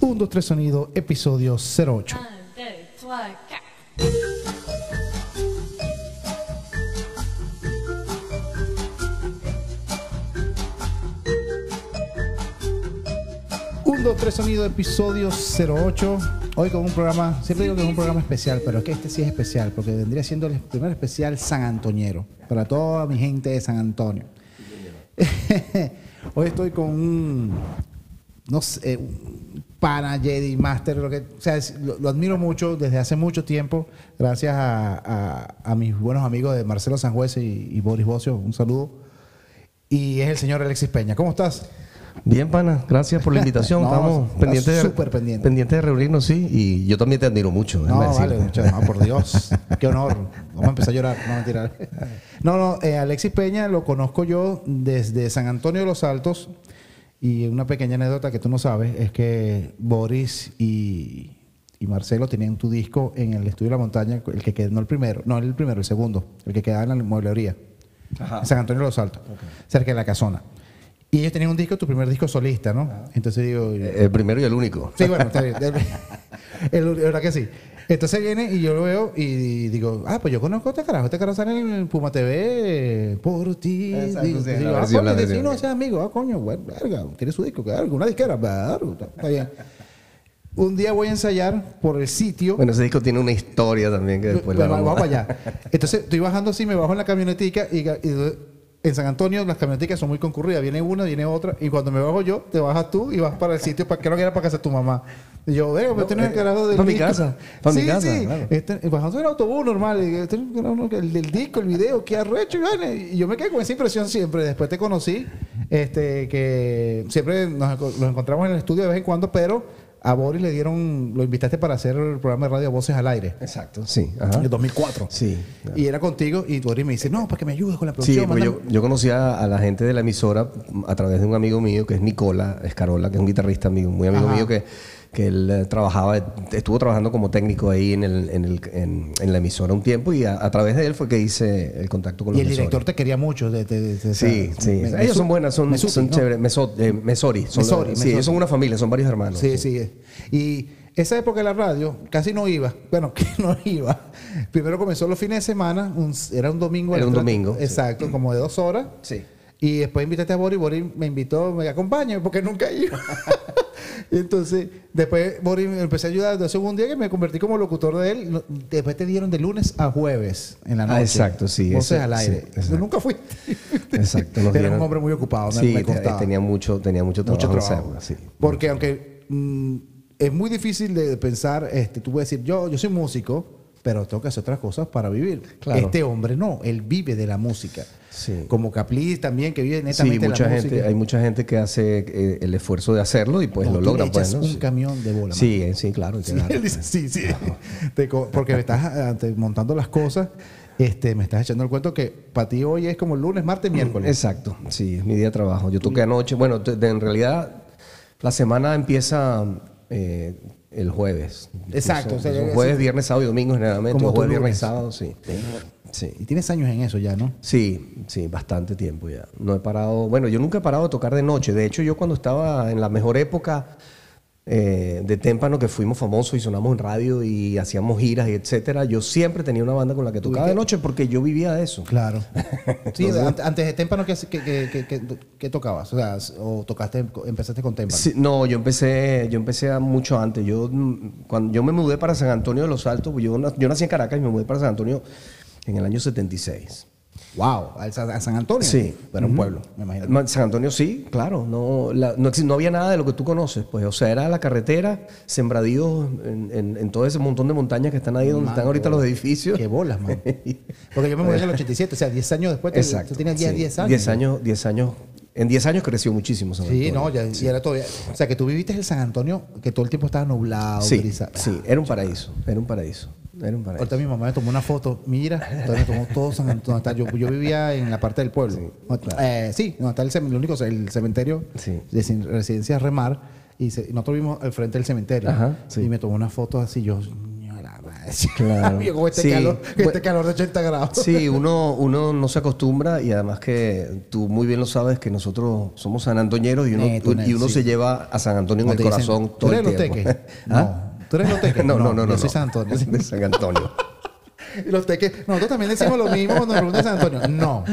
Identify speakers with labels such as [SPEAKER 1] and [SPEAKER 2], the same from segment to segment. [SPEAKER 1] 1, 2, 3 Sonido, episodio 08.
[SPEAKER 2] Un, dos, trois, quatre.
[SPEAKER 1] Un, 2, 3 Sonido, episodio 08. Hoy con un programa, siempre digo que es un programa especial, pero es que este sí es especial, porque vendría siendo el primer especial San Antoñero, para toda mi gente de San Antonio. Hoy estoy con un, no sé, un pana Jedi Master, lo que, o sea, es- lo, lo admiro mucho desde hace mucho tiempo, gracias a, a- a mis buenos amigos de Marcelo Sanjuez y, y Boris Bocio, un saludo. Y es el señor Alexis Peña. ¿Cómo estás?
[SPEAKER 3] Bien, pana, gracias por la invitación.
[SPEAKER 1] No,
[SPEAKER 3] Estamos
[SPEAKER 1] estás
[SPEAKER 3] pendientes de,
[SPEAKER 1] súper pendiente.
[SPEAKER 3] pendientes de reunirnos, sí. Y yo también te admiro mucho.
[SPEAKER 1] No,
[SPEAKER 3] déjame decirte.
[SPEAKER 1] vale, muchachos, no, por Dios, qué honor. Vamos a empezar a llorar, no mentira. No, no, eh, Alexis Peña lo conozco yo desde San Antonio de los Altos. Y una pequeña anécdota que tú no sabes es que Boris y, y Marcelo tenían tu disco en el Estudio de la Montaña, el que quedó, no el primero, no el primero, el segundo, el que quedaba en la mueblería, en San Antonio de los Altos, cerca de la casona. Y ellos tenían un disco, tu primer disco solista, ¿no? Entonces digo,
[SPEAKER 3] El primero y el único.
[SPEAKER 1] Sí, bueno, está bien. El- el- la verdad que sí. Entonces viene y yo lo veo y digo, ah, pues yo conozco a este carajo. Este carajo sale en Puma TV, eh, por ti.
[SPEAKER 3] Exacto,
[SPEAKER 1] digo,
[SPEAKER 3] sí,
[SPEAKER 1] digo,
[SPEAKER 3] la
[SPEAKER 1] ah,
[SPEAKER 3] versión,
[SPEAKER 1] coño,
[SPEAKER 3] la
[SPEAKER 1] sí,
[SPEAKER 3] versión.
[SPEAKER 1] no, ese amigo, ah, coño, bueno, verga, tiene su disco, verga, una disquera, verga, está- está bien. Un día voy a ensayar por el sitio.
[SPEAKER 3] Bueno, ese disco tiene una historia también que después la
[SPEAKER 1] Bueno,
[SPEAKER 3] vamos,
[SPEAKER 1] vamos para allá. Entonces, estoy bajando así, me bajo en la camionetica y, ga- y en San Antonio las camioneticas son muy concurridas. Viene una, viene otra. Y cuando me bajo yo, te bajas tú y vas para el sitio para que no era para casa de tu mamá. Y yo, venga, pero este no es el
[SPEAKER 3] eh,
[SPEAKER 1] carajo del
[SPEAKER 3] pa' mi
[SPEAKER 1] disco".
[SPEAKER 3] casa, pa' mi
[SPEAKER 1] Sí,
[SPEAKER 3] casa,
[SPEAKER 1] sí.
[SPEAKER 3] claro.
[SPEAKER 1] Este- bajando en el autobús normal. y este no es el carajo que- el del disco, el video, qué arrecho. Y, bueno, y yo me quedé con esa impresión siempre. Después te conocí, este, que siempre nos, enco- nos encontramos en el estudio de vez en cuando, pero... A Boris le dieron, lo invitaste para hacer el programa de radio Voces al Aire.
[SPEAKER 3] Exacto, sí. Ajá.
[SPEAKER 1] En el 2004.
[SPEAKER 3] Sí.
[SPEAKER 1] Y era contigo y Boris me dice, no, para que me ayudes con la
[SPEAKER 3] Sí,
[SPEAKER 1] producción.
[SPEAKER 3] pues yo,
[SPEAKER 1] mándame".
[SPEAKER 3] yo conocí a, a la gente de la emisora a través de un amigo mío que es Nicola Escarola, que es un guitarrista amigo, muy amigo
[SPEAKER 1] Ajá.
[SPEAKER 3] mío que, que él eh, trabajaba, estuvo trabajando como técnico ahí en, el, en, el- en- en la emisora un tiempo y a, a través de él fue que hice el contacto con
[SPEAKER 1] y
[SPEAKER 3] los
[SPEAKER 1] el
[SPEAKER 3] emisores.
[SPEAKER 1] director te quería mucho. de- de- de- de-
[SPEAKER 3] Sí,
[SPEAKER 1] o sea,
[SPEAKER 3] sí.
[SPEAKER 1] me- me
[SPEAKER 3] ellos son
[SPEAKER 1] su-
[SPEAKER 3] buenas, son,
[SPEAKER 1] me supe,
[SPEAKER 3] son
[SPEAKER 1] ¿no?
[SPEAKER 3] chéveres. Meso- eh, mesori. son-
[SPEAKER 1] Mesori,
[SPEAKER 3] sí,
[SPEAKER 1] Mesori.
[SPEAKER 3] ellos son una familia, son varios hermanos.
[SPEAKER 1] Sí, sí. Y esa época de la radio casi no iba. Bueno, que no iba. Primero comenzó los fines de semana, un- era un domingo. a
[SPEAKER 3] Era
[SPEAKER 1] las
[SPEAKER 3] un
[SPEAKER 1] tres-
[SPEAKER 3] domingo, sí.
[SPEAKER 1] Exacto, como de dos horas.
[SPEAKER 3] Sí.
[SPEAKER 1] Y después invitaste a Boris, Boris me invitó, me acompaña, porque nunca iba. Y Entonces, después Boris me empecé a ayudar. Entonces, hubo un día que me convertí como locutor de él. No- Después te dieron de lunes a jueves en la
[SPEAKER 3] Ah,
[SPEAKER 1] noche.
[SPEAKER 3] exacto, sí,
[SPEAKER 1] Voces
[SPEAKER 3] ese-
[SPEAKER 1] al aire.
[SPEAKER 3] sí, exacto.
[SPEAKER 1] Yo nunca fui.
[SPEAKER 3] Exacto. nos
[SPEAKER 1] Era
[SPEAKER 3] dieron-
[SPEAKER 1] un hombre muy ocupado, me-
[SPEAKER 3] Sí,
[SPEAKER 1] me
[SPEAKER 3] te-
[SPEAKER 1] costaba.
[SPEAKER 3] tenía mucho, tenía mucho trabajo.
[SPEAKER 1] Mucho
[SPEAKER 3] en esa
[SPEAKER 1] trabajo.
[SPEAKER 3] época, sí.
[SPEAKER 1] Porque aunque mm, es muy difícil de pensar, este, tú puedes decir, yo, yo soy músico, pero tengo que hacer otras cosas para vivir.
[SPEAKER 3] Claro.
[SPEAKER 1] Este hombre no, él vive de la música.
[SPEAKER 3] Sí.
[SPEAKER 1] Como Caplis también, que vive
[SPEAKER 3] Sí,
[SPEAKER 1] netamente de
[SPEAKER 3] mucha
[SPEAKER 1] la
[SPEAKER 3] gente,
[SPEAKER 1] música.
[SPEAKER 3] hay mucha gente que hace eh, el esfuerzo de hacerlo y pues
[SPEAKER 1] No,
[SPEAKER 3] lo
[SPEAKER 1] tú
[SPEAKER 3] logran.
[SPEAKER 1] le echas
[SPEAKER 3] pues, ¿no?
[SPEAKER 1] un
[SPEAKER 3] Sí.
[SPEAKER 1] camión de bola.
[SPEAKER 3] Sí, eh, sí, claro. hay que
[SPEAKER 1] Sí,
[SPEAKER 3] darle.
[SPEAKER 1] él dice, sí, sí. Te co- porque me estás ah, te- montando las cosas, este, me estás echando el cuento que para ti hoy es como lunes, martes, miércoles.
[SPEAKER 3] Mm, Exacto, sí, es mi día de trabajo. Yo toqué anoche, bueno, te- de- en realidad la semana empieza eh, el jueves.
[SPEAKER 1] Exacto, o sea,
[SPEAKER 3] Son
[SPEAKER 1] yo-
[SPEAKER 3] jueves, viernes, sábado y domingo generalmente.
[SPEAKER 1] Como
[SPEAKER 3] o
[SPEAKER 1] tu
[SPEAKER 3] jueves,
[SPEAKER 1] lunes.
[SPEAKER 3] viernes, sábado, sí. Sí.
[SPEAKER 1] Y tienes años en eso ya, ¿no?
[SPEAKER 3] Sí, sí, bastante tiempo ya. No he parado, bueno, yo nunca he parado de tocar de noche. De hecho, yo cuando estaba en la mejor época eh, de Témpano, que fuimos famosos y sonamos en radio y hacíamos giras y etcétera, yo siempre tenía una banda con la que tocaba de noche porque yo vivía de eso.
[SPEAKER 1] Claro. Sí, an- antes de Témpano, ¿qué, qué, qué- qué- qué- qué tocabas? O sea, s- o tocaste, empezaste con Témpano.
[SPEAKER 3] Sí, no, yo empecé, yo empecé a mucho antes. Yo mm, cuando yo me mudé para San Antonio de los Altos, pues yo, na- yo nací en Caracas y me mudé para San Antonio en el año 76.
[SPEAKER 1] Wow, a, Sa- a San Antonio.
[SPEAKER 3] Sí.
[SPEAKER 1] Pero un
[SPEAKER 3] Ujú.
[SPEAKER 1] pueblo, me imagino.
[SPEAKER 3] Ma- San Antonio sí, claro. No, la- no, exi- no había nada de lo que tú conoces, pues. O sea, era la carretera, sembradíos en, en- en todo ese montón de montañas que están ahí donde están ahorita los edificios.
[SPEAKER 1] Qué bolas, man. Porque yo me mudé en el 87, o sea, 10 años después. te- Tú tenías 10,
[SPEAKER 3] sí.
[SPEAKER 1] 10 años.
[SPEAKER 3] 10 años, 10 años. En 10 años creció muchísimo San
[SPEAKER 1] Sí,
[SPEAKER 3] Antonio.
[SPEAKER 1] no, ya, ya era todavía. O sea, que tú viviste en San Antonio, que todo el tiempo estaba nublado,
[SPEAKER 3] Sí,
[SPEAKER 1] grisado.
[SPEAKER 3] sí, era un paraíso. Era un paraíso. Era un paraíso.
[SPEAKER 1] Ahorita mi mamá me tomó una foto, mira, entonces me tomó todo San Antonio. Hasta yo, yo vivía en la parte del pueblo. Eh, Sí, no, está el, cem- el único ce- el cementerio
[SPEAKER 3] Sí.
[SPEAKER 1] de cin- residencia Remar. Y se- y nosotros vimos al frente del cementerio.
[SPEAKER 3] Ajá, sí.
[SPEAKER 1] Y me tomó una foto así, yo. "Ño, la madre".
[SPEAKER 3] Claro.
[SPEAKER 1] Yo con este,
[SPEAKER 3] Sí.
[SPEAKER 1] calor, con
[SPEAKER 3] Bueno,
[SPEAKER 1] este calor de 80 grados.
[SPEAKER 3] Sí, uno, uno no se acostumbra y además que tú muy bien lo sabes que nosotros somos sanantoñeros y uno,
[SPEAKER 1] Neto, neto,
[SPEAKER 3] y uno
[SPEAKER 1] sí.
[SPEAKER 3] se lleva a San Antonio en
[SPEAKER 1] Como
[SPEAKER 3] el
[SPEAKER 1] te dicen,
[SPEAKER 3] corazón
[SPEAKER 1] ¿tú
[SPEAKER 3] todo el
[SPEAKER 1] eres los
[SPEAKER 3] tiempo.
[SPEAKER 1] teques?
[SPEAKER 3] ¿Ah?
[SPEAKER 1] No. ¿Tú eres los teques?
[SPEAKER 3] No, no, no, no.
[SPEAKER 1] Yo soy
[SPEAKER 3] no.
[SPEAKER 1] San Antonio.
[SPEAKER 3] De San Antonio.
[SPEAKER 1] Y los teques. Nosotros también decimos lo mismo cuando nos preguntan San Antonio. No.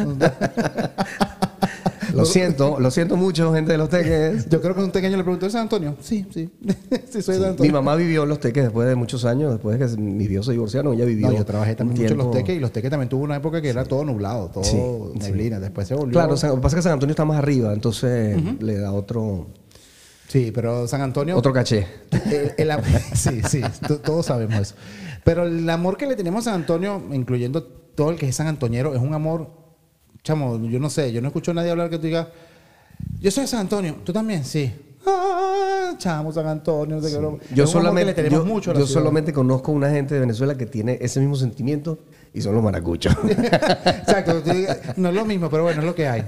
[SPEAKER 3] Lo siento, lo siento mucho, gente de los teques.
[SPEAKER 1] Yo creo que un tequeño le preguntó, ¿es San Antonio? Sí, sí. sí, soy de San
[SPEAKER 3] Mi
[SPEAKER 1] Antonio.
[SPEAKER 3] mamá vivió en los teques después de muchos años, después de que mis viejos se divorciaron, ella vivió.
[SPEAKER 1] No, yo trabajé
[SPEAKER 3] un
[SPEAKER 1] también mucho en los
[SPEAKER 3] tiempo-
[SPEAKER 1] teques y los teques también tuvo una época que era todo nublado, todo
[SPEAKER 3] Sí,
[SPEAKER 1] neblina. Después se volvió.
[SPEAKER 3] Claro, o sea, lo que pasa es que San Antonio está más arriba, entonces le da otro,
[SPEAKER 1] sí, pero San Antonio.
[SPEAKER 3] otro caché.
[SPEAKER 1] El- el am- sí, sí, to- todos sabemos eso. Pero el amor que le tenemos a San Antonio, incluyendo todo el que es San Antonero, es un amor, chamo, yo no sé, yo no escucho a nadie hablar que tú digas, yo soy de San Antonio, tú también, sí. Ah, chamo, San Antonio, no sé qué broma.
[SPEAKER 3] Yo
[SPEAKER 1] Es un amor que
[SPEAKER 3] solamente,
[SPEAKER 1] le tenemos
[SPEAKER 3] yo,
[SPEAKER 1] mucho a la
[SPEAKER 3] yo
[SPEAKER 1] ciudad.
[SPEAKER 3] solamente conozco una gente de Venezuela que tiene ese mismo sentimiento y son los maracuchos.
[SPEAKER 1] Exacto, tú digas, no es lo mismo, pero bueno, es lo que hay.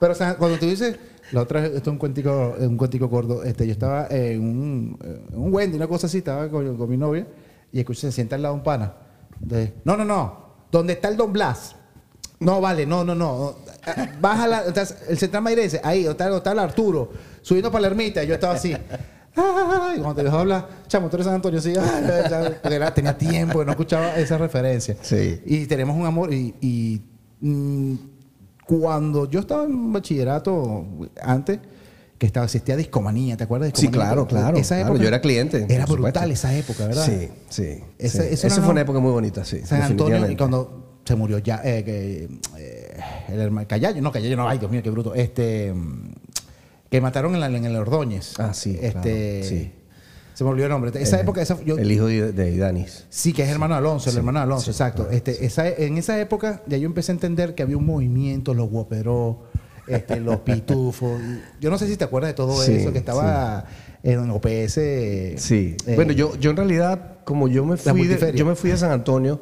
[SPEAKER 1] Pero o sea, cuando tú dices, la otra vez, esto es un cuentico, un cuentico gordo, este, yo estaba en un, en un Wendy, una cosa así, estaba con, con mi novia, y escuché, se sienta al lado un pana. De, no, no, no, ¿dónde está el Don Blas? No, vale, no, no, no. Baja la, estás- el central mairense, ahí, donde está, donde está el Arturo, subiendo para la ermita, y yo estaba así. Ay, cuando te dejó hablar, chamo, tú eres San Antonio, sí, ay, ay, ay, porque era- tenía tiempo que no escuchaba esa referencia.
[SPEAKER 3] Sí.
[SPEAKER 1] Y tenemos un amor y, y, mm, cuando yo estaba en bachillerato antes, que estaba, existía discomanía, ¿te acuerdas de
[SPEAKER 3] Sí,
[SPEAKER 1] discomanía?
[SPEAKER 3] claro, claro.
[SPEAKER 1] Esa
[SPEAKER 3] claro,
[SPEAKER 1] época
[SPEAKER 3] yo era cliente.
[SPEAKER 1] Era
[SPEAKER 3] por
[SPEAKER 1] brutal
[SPEAKER 3] supuesto.
[SPEAKER 1] esa época, ¿verdad?
[SPEAKER 3] Sí, sí.
[SPEAKER 1] Esa- esa
[SPEAKER 3] sí. Esa
[SPEAKER 1] era
[SPEAKER 3] fue
[SPEAKER 1] una-
[SPEAKER 3] una época muy bonita, sí.
[SPEAKER 1] San Antonio, y
[SPEAKER 3] definitivamente.
[SPEAKER 1] cuando se murió ya, eh, que, eh, el hermano Callayo, no, Callayo no, ay, Dios mío, qué bruto. Este, mm, que mataron en, la- en el Ordóñez.
[SPEAKER 3] Ah, sí,
[SPEAKER 1] Este,
[SPEAKER 3] claro, sí.
[SPEAKER 1] Se me olvidó el nombre. Esa
[SPEAKER 3] Eh,
[SPEAKER 1] época, esa, yo,
[SPEAKER 3] El hijo de, de Idanis.
[SPEAKER 1] Sí, que es hermano de Alonso, el
[SPEAKER 3] sí,
[SPEAKER 1] hermano de Alonso,
[SPEAKER 3] sí,
[SPEAKER 1] exacto.
[SPEAKER 3] claro,
[SPEAKER 1] este, esa, en esa época ya yo empecé a entender que había un movimiento, los guaperó, este, los pitufos. Yo no sé si te acuerdas de todo
[SPEAKER 3] Sí,
[SPEAKER 1] eso, que estaba en OPS.
[SPEAKER 3] Sí.
[SPEAKER 1] eh,
[SPEAKER 3] bueno, yo, yo en realidad, como yo me fui, de,
[SPEAKER 1] multiferia.
[SPEAKER 3] yo me fui de San Antonio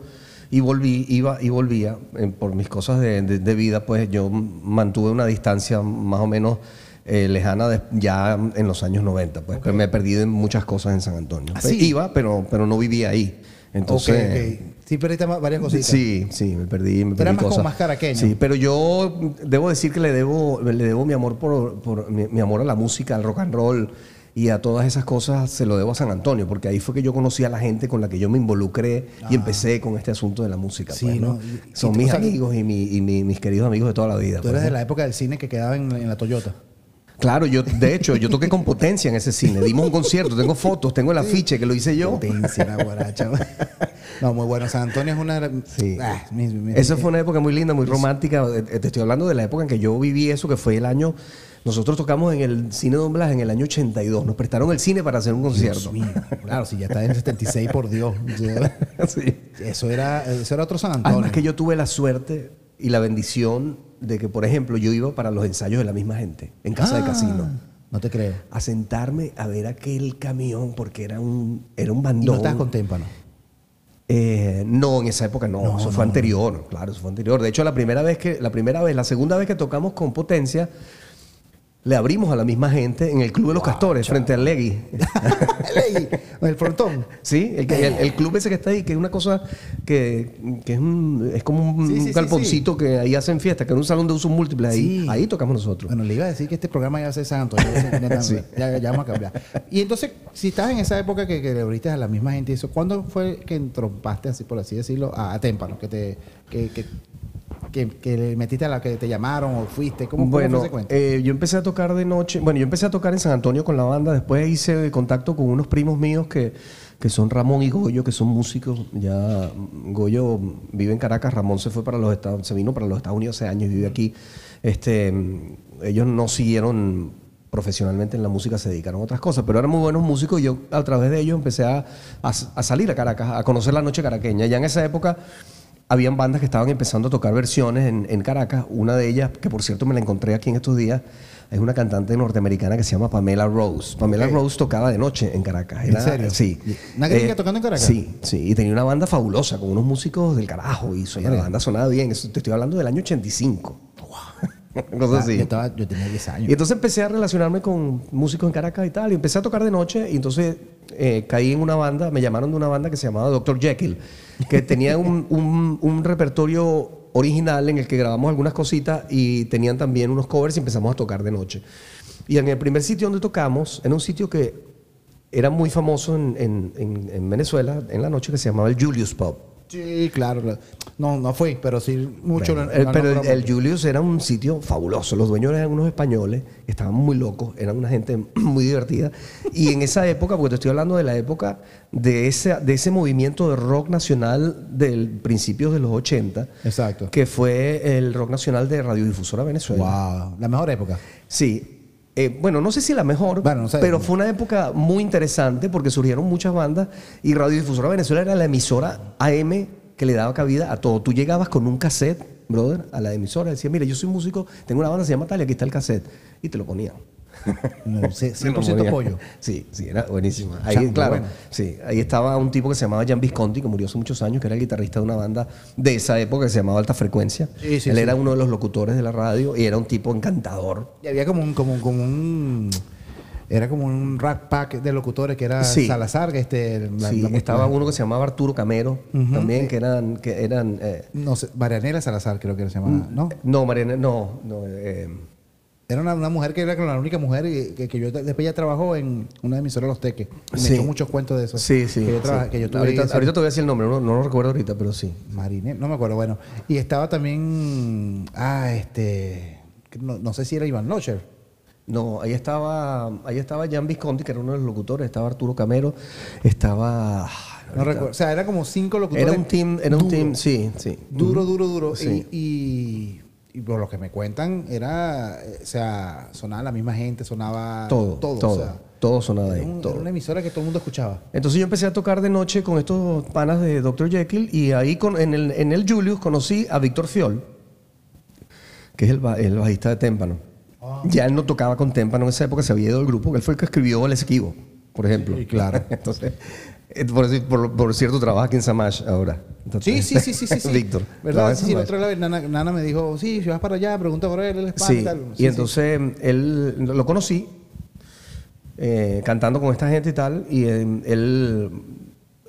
[SPEAKER 3] y volví, iba y volvía eh, por mis cosas de, de- de vida, pues yo mantuve una distancia más o menos eh, lejana de- ya en los años 90, pues pero me he perdido en muchas cosas en San Antonio.
[SPEAKER 1] Ah,
[SPEAKER 3] Pues,
[SPEAKER 1] sí.
[SPEAKER 3] Iba, pero, pero no vivía ahí.
[SPEAKER 1] ok,
[SPEAKER 3] Entonces,
[SPEAKER 1] ok. Sí, pero ahí está varias cositas.
[SPEAKER 3] Sí, sí, me perdí, me
[SPEAKER 1] Tú eras más
[SPEAKER 3] perdí
[SPEAKER 1] como
[SPEAKER 3] cosas.
[SPEAKER 1] más caraqueño.
[SPEAKER 3] Sí, pero yo debo decir que le debo, le debo mi amor por, por- mi, mi amor a la música, al rock and roll y a todas esas cosas se lo debo a San Antonio, porque ahí fue que yo conocí a la gente con la que yo me involucré y empecé con este asunto de la música.
[SPEAKER 1] Ah. Sí,
[SPEAKER 3] pues, ¿no?
[SPEAKER 1] ¿no? Y-
[SPEAKER 3] Son
[SPEAKER 1] y-
[SPEAKER 3] mis
[SPEAKER 1] o sea,
[SPEAKER 3] amigos y, mi- y mi- mis queridos amigos de toda la vida.
[SPEAKER 1] Tú
[SPEAKER 3] pues,
[SPEAKER 1] eres de
[SPEAKER 3] ¿no?
[SPEAKER 1] la época del cine que quedaba en, en la Toyota.
[SPEAKER 3] Claro, yo de hecho yo toqué con potencia en ese cine, dimos un concierto, tengo fotos, tengo el afiche que lo hice yo.
[SPEAKER 1] Potencia, la guaracha. No, muy bueno. San Antonio es una.
[SPEAKER 3] Sí.
[SPEAKER 1] Ah, mi- mi-
[SPEAKER 3] Esa fue una época muy linda, muy romántica. Eh, eh, Te estoy hablando de la época en que yo viví eso, que fue el año. Nosotros tocamos en el cine Don Blas en el año 82. Nos prestaron el cine para hacer un concierto.
[SPEAKER 1] Dios mío, Claro, si ya está en 76, por Dios.
[SPEAKER 3] Sí.
[SPEAKER 1] Eso era, eso era otro San Antonio.
[SPEAKER 3] Además que yo tuve la suerte y la bendición de que, por ejemplo, yo iba para los ensayos de la misma gente en casa de
[SPEAKER 1] Ah,
[SPEAKER 3] casino.
[SPEAKER 1] No te creo.
[SPEAKER 3] A sentarme a ver aquel camión porque era un era un
[SPEAKER 1] Y
[SPEAKER 3] bandón.
[SPEAKER 1] no estás con témpano.
[SPEAKER 3] Eh, no, en esa época no,
[SPEAKER 1] No,
[SPEAKER 3] eso
[SPEAKER 1] no,
[SPEAKER 3] fue anterior, claro, eso fue anterior. De hecho, la primera vez que, la primera vez, la segunda vez que tocamos con potencia, le abrimos a la misma gente en el Club de los Castores, frente al Legui.
[SPEAKER 1] Ley, el frontón.
[SPEAKER 3] sí, el, que- el- el club ese que está ahí, que es una cosa que, que es, un- es como un,
[SPEAKER 1] Sí, sí, sí,
[SPEAKER 3] galponcito que ahí hacen fiesta, que era un salón de uso múltiple, ahí,
[SPEAKER 1] Sí.
[SPEAKER 3] ahí tocamos nosotros.
[SPEAKER 1] Bueno, le iba a decir que este programa iba a ser San Antonio.
[SPEAKER 3] Sí.
[SPEAKER 1] ya, ya vamos a cambiar. Y entonces, si estás en esa época que, que le abriste a la misma gente, y eso, ¿cuándo fue que entrompaste, así por así decirlo, a, a témpano? Que te que, que, que, que le metiste a la que te llamaron o fuiste. ¿Cómo, cómo
[SPEAKER 3] bueno,
[SPEAKER 1] fue ese cuento?
[SPEAKER 3] eh, yo empecé a tocar de noche. Bueno, yo empecé a tocar en San Antonio con la banda. Después hice contacto con unos primos míos que, que son Ramón y Goyo, que son músicos. Ya mm, Goyo vive en Caracas, Ramón se fue para los Estados, se vino para los Estados Unidos hace años y vive aquí. Este, mm, ellos no siguieron profesionalmente en la música, se dedicaron a otras cosas, pero eran muy buenos músicos y yo a través de ellos empecé a, a- a salir a Caracas, a conocer la noche caraqueña. Ya en esa época habían bandas que estaban empezando a tocar versiones en, en Caracas. Una de ellas, que por cierto me la encontré aquí en estos días, es una cantante norteamericana que se llama Pamela Rose. Pamela
[SPEAKER 1] Ok.
[SPEAKER 3] Rose tocaba de noche en Caracas.
[SPEAKER 1] ¿En serio?
[SPEAKER 3] Sí. Eh,
[SPEAKER 1] ¿Una gringa tocando en Caracas?
[SPEAKER 3] Sí, sí. Y tenía una banda fabulosa con unos músicos del carajo. Y sonaba- la banda sonaba bien. Eso, te estoy hablando del año 85. Cosas
[SPEAKER 1] Ah,
[SPEAKER 3] así.
[SPEAKER 1] yo, estaba- yo tenía 10 años.
[SPEAKER 3] Y entonces empecé a relacionarme con músicos en Caracas y tal. Y empecé a tocar de noche. Y entonces eh, caí en una banda, me llamaron de una banda que se llamaba Dr. Jekyll, que tenía un, un- un repertorio original en el que grabamos algunas cositas y tenían también unos covers y empezamos a tocar de noche. Y en el primer sitio donde tocamos, en un sitio que era muy famoso en, en- en- en Venezuela, en la noche, que se llamaba el Julius Pub.
[SPEAKER 1] Sí, claro. la- No, no fui, pero sí mucho.
[SPEAKER 3] Bueno,
[SPEAKER 1] lo-
[SPEAKER 3] el-
[SPEAKER 1] no, no,
[SPEAKER 3] Eh, pero
[SPEAKER 1] no,
[SPEAKER 3] el, el Julius era un sitio fabuloso. Los dueños eran unos españoles, estaban muy locos, eran una gente muy divertida. Y en esa época, porque te estoy hablando de la época de ese, de ese movimiento de rock nacional del principios de los 80,
[SPEAKER 1] Exacto.
[SPEAKER 3] que fue el rock nacional de Radiodifusora Venezuela.
[SPEAKER 1] Wow, la mejor época.
[SPEAKER 3] Sí. Eh, bueno, no sé si la mejor,
[SPEAKER 1] Bueno, no sé.
[SPEAKER 3] pero fue una época muy interesante porque surgieron muchas bandas y Radiodifusora Venezuela era la emisora AM que le daba cabida a todo. Tú llegabas con un cassette, brother, a la emisora, decías, mira, yo soy músico, tengo una banda, se llama tal, y aquí está el cassette. Y te lo ponían.
[SPEAKER 1] No, sí,
[SPEAKER 3] Te
[SPEAKER 1] 100%
[SPEAKER 3] lo ponían.
[SPEAKER 1] pollo.
[SPEAKER 3] Sí, sí, era buenísima.
[SPEAKER 1] sea,
[SPEAKER 3] Ahí,
[SPEAKER 1] muy
[SPEAKER 3] claro,
[SPEAKER 1] buena.
[SPEAKER 3] sí, ahí estaba un tipo que se llamaba Jan Visconti, que murió hace muchos años, que era el guitarrista de una banda de esa época que se llamaba Alta Frecuencia.
[SPEAKER 1] Sí, sí,
[SPEAKER 3] Él
[SPEAKER 1] sí.
[SPEAKER 3] era uno de los locutores de la radio y era un tipo encantador.
[SPEAKER 1] Y había como un, como, un- como un. Era como un rat pack de locutores que era
[SPEAKER 3] Sí.
[SPEAKER 1] Salazar, que este. la-
[SPEAKER 3] sí,
[SPEAKER 1] la-
[SPEAKER 3] estaba uno que se llamaba Arturo Camero, también, que eran... Que eran eh,
[SPEAKER 1] No sé, Marianela Salazar, creo que se llamaba,
[SPEAKER 3] Mm.
[SPEAKER 1] ¿no?
[SPEAKER 3] no, Mariana, no, no. eh,
[SPEAKER 1] Era una, una mujer que era como la única mujer y- que, que yo después ya trabajó en una emisora Los Teques. Y me
[SPEAKER 3] Sí.
[SPEAKER 1] echó muchos cuentos de eso.
[SPEAKER 3] sí, sí.
[SPEAKER 1] Que yo, traba-
[SPEAKER 3] sí.
[SPEAKER 1] que yo tuve
[SPEAKER 3] ahorita,
[SPEAKER 1] ese-
[SPEAKER 3] ahorita te voy a decir el nombre, no, no lo recuerdo ahorita, pero sí.
[SPEAKER 1] Marinel, no me acuerdo, bueno. Y estaba también. Ah, este. No, no sé si era Iván Locher.
[SPEAKER 3] No, ahí estaba, ahí estaba Jan Visconti, que era uno de los locutores, estaba Arturo Camero, estaba...
[SPEAKER 1] No recuerdo. O sea, era como cinco locutores.
[SPEAKER 3] Era un team, era un
[SPEAKER 1] duro,
[SPEAKER 3] team, sí, sí.
[SPEAKER 1] Duro, duro, duro.
[SPEAKER 3] Sí.
[SPEAKER 1] Y, y- y por lo que me cuentan, era. eh, O sea, sonaba la misma gente, sonaba.
[SPEAKER 3] Todo, todo,
[SPEAKER 1] o
[SPEAKER 3] todo,
[SPEAKER 1] sea,
[SPEAKER 3] sonaba
[SPEAKER 1] era,
[SPEAKER 3] ahí,
[SPEAKER 1] un- era
[SPEAKER 3] todo.
[SPEAKER 1] una emisora que todo el mundo escuchaba.
[SPEAKER 3] Entonces yo empecé a tocar de noche con estos panas de Dr. Jekyll y ahí con- en, el, en el Julius conocí a Víctor Fiol, que es el, ba- el bajista de Témpano.
[SPEAKER 1] Ah.
[SPEAKER 3] Ya él no tocaba con Témpano en esa época, se había ido del grupo, que él fue el que escribió El Esquivo, por ejemplo.
[SPEAKER 1] Sí, claro.
[SPEAKER 3] Entonces, eh, por, decir- por- por cierto, trabaja aquí en Samash ahora.
[SPEAKER 1] Sí,
[SPEAKER 3] Entonces,
[SPEAKER 1] sí, sí, sí, sí. sí.
[SPEAKER 3] Víctor. trabaja
[SPEAKER 1] ¿Verdad?
[SPEAKER 3] en
[SPEAKER 1] Sí, sí, la
[SPEAKER 3] Samash.
[SPEAKER 1] otra vez Nana, Nana me dijo, sí, si vas para allá, pregunta por él, él es
[SPEAKER 3] Sí,
[SPEAKER 1] tal. Sí,
[SPEAKER 3] y
[SPEAKER 1] sí.
[SPEAKER 3] entonces él lo conocí eh, cantando con esta gente y tal, y em, él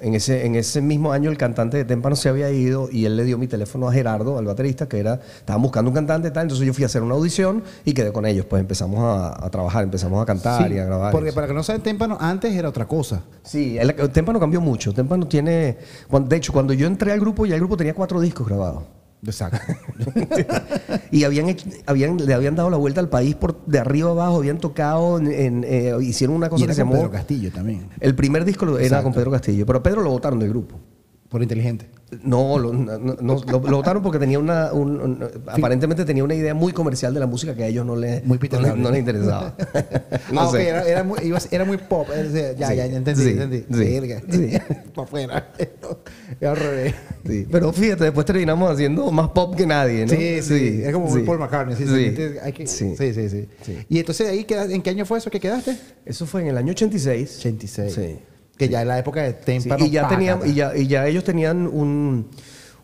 [SPEAKER 3] en ese, en ese mismo año el cantante de Témpano se había ido y él le dio mi teléfono a Gerardo, al baterista, que era, estaban buscando un cantante y tal, entonces yo fui a hacer una audición y quedé con ellos, pues empezamos a, a trabajar, empezamos a cantar
[SPEAKER 1] Sí,
[SPEAKER 3] y a grabar.
[SPEAKER 1] Porque para que no saben, Témpano antes era otra cosa.
[SPEAKER 3] Sí, el, el Témpano cambió mucho, Témpano tiene, cuan- de hecho cuando yo entré al grupo ya el grupo tenía cuatro discos grabados.
[SPEAKER 1] Exacto.
[SPEAKER 3] Y habían, hecho- habían, le habían dado la vuelta al país por de arriba abajo, habían tocado, en, en, eh, hicieron una
[SPEAKER 1] y
[SPEAKER 3] cosa
[SPEAKER 1] era
[SPEAKER 3] que se
[SPEAKER 1] con
[SPEAKER 3] llamó...
[SPEAKER 1] Pedro Castillo también,
[SPEAKER 3] El primer disco lo- era
[SPEAKER 1] Exacto.
[SPEAKER 3] con Pedro Castillo, pero a Pedro lo votaron del grupo.
[SPEAKER 1] por inteligente.
[SPEAKER 3] No, lo, no- no- lo- lo votaron porque tenía una, un- un- aparentemente tenía una idea muy comercial de la música que a ellos no les,
[SPEAKER 1] Muy Peter
[SPEAKER 3] no, les-
[SPEAKER 1] Gabriel.
[SPEAKER 3] no les interesaba. No
[SPEAKER 1] ah, ok,
[SPEAKER 3] sé.
[SPEAKER 1] era, era muy, iba a ser- era muy pop. era- o sea, ya,
[SPEAKER 3] Sí,
[SPEAKER 1] ya, ya entendí,
[SPEAKER 3] sí,
[SPEAKER 1] entendí.
[SPEAKER 3] sí,
[SPEAKER 1] Verga.
[SPEAKER 3] sí.
[SPEAKER 1] Para afuera. Era al revés.
[SPEAKER 3] Sí, Pero fíjate, después terminamos haciendo más pop que nadie, ¿no?
[SPEAKER 1] Sí, sí, Es como muy
[SPEAKER 3] sí.
[SPEAKER 1] Paul McCartney. Sí, sí.
[SPEAKER 3] Sí,
[SPEAKER 1] entonces hay que-
[SPEAKER 3] sí.
[SPEAKER 1] sí, sí, sí.
[SPEAKER 3] Sí.
[SPEAKER 1] Y entonces, ahí queda- ¿en qué año fue eso que quedaste?
[SPEAKER 3] Eso fue en el año 86.
[SPEAKER 1] 86.
[SPEAKER 3] Sí.
[SPEAKER 1] Que ya es la época de
[SPEAKER 3] Sí,
[SPEAKER 1] Témpano.
[SPEAKER 3] y, ya
[SPEAKER 1] págata.
[SPEAKER 3] tenían, y, ya, y ya ellos tenían un,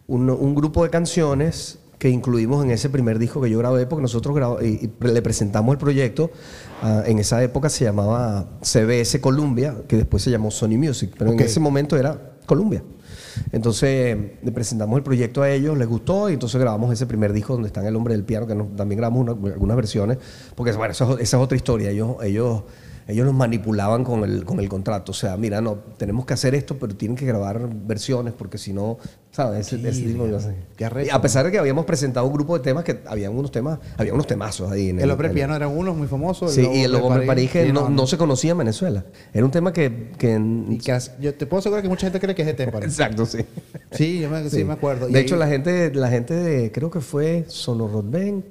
[SPEAKER 3] un- un grupo de canciones que incluimos en ese primer disco que yo grabé, porque nosotros grabamos y, y pre- le presentamos el proyecto. ah, en esa época se llamaba CBS Columbia, que después se llamó Sony Music, pero
[SPEAKER 1] Ok.
[SPEAKER 3] en ese momento era Columbia. Entonces le presentamos el proyecto a ellos, les gustó y entonces grabamos ese primer disco donde están El Hombre del Piano, que nos- también grabamos una- algunas versiones, porque bueno, eso es- esa es otra historia, ellos, ellos, ellos nos manipulaban con el, con el contrato, o sea, mira, no, tenemos que hacer esto, pero tienen que grabar versiones porque si no, ¿sabes? Ese, ese tipo de cosas.
[SPEAKER 1] qué arrecho.
[SPEAKER 3] Y A pesar de que habíamos presentado un grupo de temas que había unos temas, había unos temazos ahí. En
[SPEAKER 1] El hombre
[SPEAKER 3] en-
[SPEAKER 1] piano era uno muy famoso.
[SPEAKER 3] Sí, y el
[SPEAKER 1] Lobo
[SPEAKER 3] hombre
[SPEAKER 1] de
[SPEAKER 3] París que
[SPEAKER 1] Sí,
[SPEAKER 3] no, no se conocía en Veneela. Era un tema que... que en-
[SPEAKER 1] Y que as- yo te puedo asegurar que mucha gente cree que es de Témpano.
[SPEAKER 3] Exacto, sí.
[SPEAKER 1] Sí, yo me, sí. me acuerdo. Y
[SPEAKER 3] De hecho,
[SPEAKER 1] ahí-
[SPEAKER 3] la gente, la gente de, creo que fue Sonorrodben,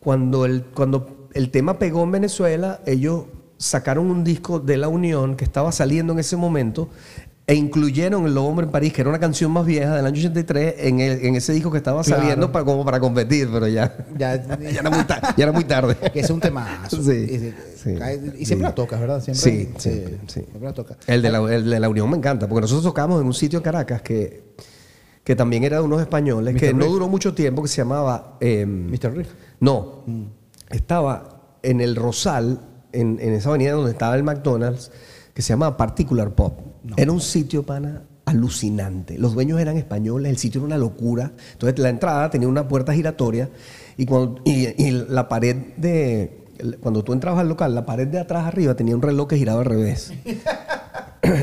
[SPEAKER 3] cuando el, cuando el tema pegó en Venezuela, ellos sacaron un disco de La Unión que estaba saliendo en ese momento e incluyeron El Lobo Hombre en París, que era una canción más vieja del año 83, en, el- en ese disco que estaba
[SPEAKER 1] Claro.
[SPEAKER 3] saliendo para, como para competir, pero ya,
[SPEAKER 1] Ya-
[SPEAKER 3] ya, era, muy ta- ya era muy tarde.
[SPEAKER 1] que es un tema.
[SPEAKER 3] Sí,
[SPEAKER 1] y,
[SPEAKER 3] sí,
[SPEAKER 1] cae- y
[SPEAKER 3] sí.
[SPEAKER 1] siempre la tocas, ¿verdad? Siempre,
[SPEAKER 3] Sí, siempre, sí.
[SPEAKER 1] Siempre la tocas.
[SPEAKER 3] El de, la, el de la Unión me encanta, porque nosotros tocamos en un sitio en Caracas que, que también era de unos españoles, que
[SPEAKER 1] Mr.
[SPEAKER 3] no
[SPEAKER 1] Riff.
[SPEAKER 3] duró mucho tiempo, que se llamaba... em,
[SPEAKER 1] Mr. Riff.
[SPEAKER 3] no, estaba en el Rosal, en, en esa avenida donde estaba el McDonald's, que se llama Particular Pop. Era un sitio, pana, alucinante. Los dueños eran españoles, el sitio era una locura. Entonces la entrada tenía una puerta giratoria y, cuando, y- y la pared de... Cuando tú entrabas al local, la pared de atrás arriba tenía un reloj que giraba al revés.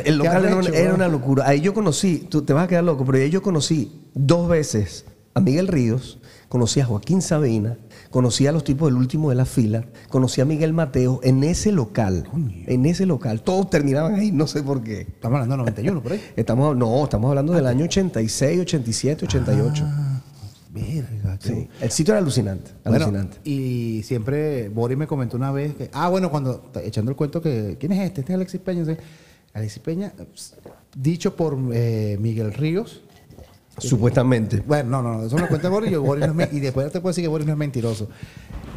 [SPEAKER 3] El local era,
[SPEAKER 1] arrecho,
[SPEAKER 3] una- era
[SPEAKER 1] ¿no?
[SPEAKER 3] una locura. Ahí yo conocí, tú te vas a quedar loco, pero ahí yo conocí dos veces a Miguel Ríos, conocí a Joaquín Sabina, conocí a los tipos del último de la fila, conocí a Miguel Mateo en ese local. En ese local. Todos terminaban ahí, no sé por qué.
[SPEAKER 1] Estamos hablando de 91 por ahí.
[SPEAKER 3] Estamos, no, estamos hablando del año 86, 87, 88.
[SPEAKER 1] Verga, qué
[SPEAKER 3] Sí. El sitio era alucinante.
[SPEAKER 1] Bueno,
[SPEAKER 3] Alucinante.
[SPEAKER 1] y siempre Boris me comentó una vez que, ah, bueno, cuando ta- echando el cuento que, ¿quién es este? Este es Alexis Peña. Dice, Alexis Peña, ps- dicho por eh, Miguel Ríos.
[SPEAKER 3] Supuestamente.
[SPEAKER 1] Bueno, no, no, no, eso me lo cuenta Boris, yo, Boris no es men- y después te puedo decir que Boris no es mentiroso.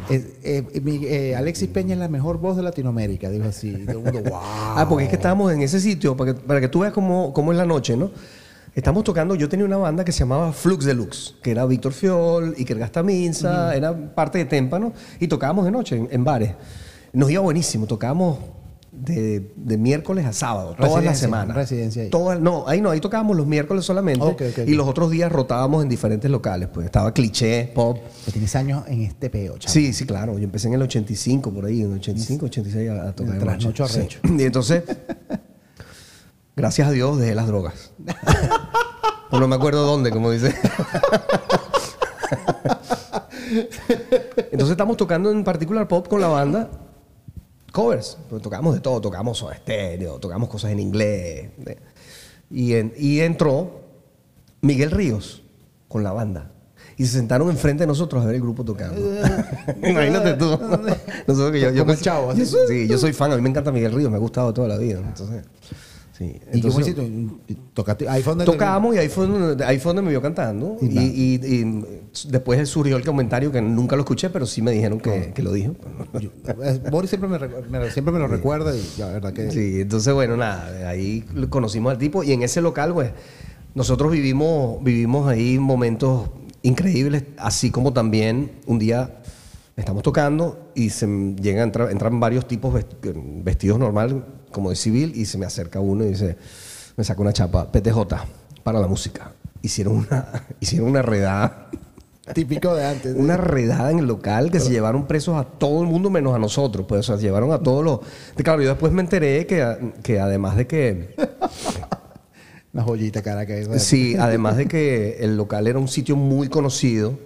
[SPEAKER 1] Eh, eh, mi- eh, Alexis Peña es la mejor voz de Latinoamérica, dijo así. Y todo el mundo, wow.
[SPEAKER 3] Ah, porque es que estábamos en ese sitio, para que, para que tú veas cómo, cómo es la noche, ¿no? Estamos tocando, yo tenía una banda que se llamaba Flux Deluxe, que era Víctor Fiol, Iker Gastaminza, era parte de Témpano, y tocábamos de noche en, en bares. Nos iba buenísimo, tocábamos de, de miércoles a sábado, todas las
[SPEAKER 1] Residencia,
[SPEAKER 3] semanas.
[SPEAKER 1] residencia ahí.
[SPEAKER 3] Todas- no, ahí no, ahí tocábamos los miércoles solamente,
[SPEAKER 1] Ok, ok,
[SPEAKER 3] y
[SPEAKER 1] ok.
[SPEAKER 3] los otros días rotábamos en diferentes locales, pues estaba cliché, pop.
[SPEAKER 1] Que tienes años en este peo, chaval.
[SPEAKER 3] Sí, sí, claro. Yo empecé en el 85, por ahí, en el 85, 86 a, a tocar
[SPEAKER 1] El
[SPEAKER 3] de noche.
[SPEAKER 1] trasnocho
[SPEAKER 3] Sí.
[SPEAKER 1] arrecho.
[SPEAKER 3] Y entonces, gracias a Dios, dejé las drogas. O no me acuerdo dónde, como dice. Entonces estamos tocando en particular pop con la banda covers. Pues tocamos de todo, tocamos Soda estéreo, tocamos cosas en inglés. de- Y, en- y entró Miguel Ríos con la banda. Y se sentaron enfrente de nosotros a ver el grupo tocando. Imagínate tú. Nosotros que yo, yo-
[SPEAKER 1] Como el chavo, así.
[SPEAKER 3] yo soy- sí, yo soy fan, a mí me encanta Miguel Ríos, me ha gustado toda la vida. Entonces, sí.
[SPEAKER 1] ¿Y cómo
[SPEAKER 3] Entonces-
[SPEAKER 1] hiciste? Tocaste, ahí fue donde-
[SPEAKER 3] Tocábamos y ahí fue, donde, ahí fue donde me vio cantando.
[SPEAKER 1] Y
[SPEAKER 3] Y,
[SPEAKER 1] va.
[SPEAKER 3] y- y después surgió el comentario que nunca lo escuché, pero sí me dijeron que, que lo dijo.
[SPEAKER 1] Yo- eh, Boris siempre me, recu- me- siempre me lo recuerda y la verdad que...
[SPEAKER 3] Sí, entonces bueno, nada, ahí lo- conocimos al tipo y en ese local, pues, nosotros vivimos, vivimos ahí momentos increíbles, así como también un día estamos tocando y se m- llegan, entra- entran varios tipos vest- vestidos normal, como de civil, y se me acerca uno y dice, me saca una chapa, PTJ, para la música. Hicieron una, hicieron una redada.
[SPEAKER 1] Típico de antes.
[SPEAKER 3] Una redada en el local que se llevaron presos a todo el mundo menos a nosotros. Pues, o sea, se llevaron a todos los. Claro, yo después me enteré que, que además de que.
[SPEAKER 1] Una joyita cara que es.
[SPEAKER 3] sí, además de que el local era un sitio muy conocido,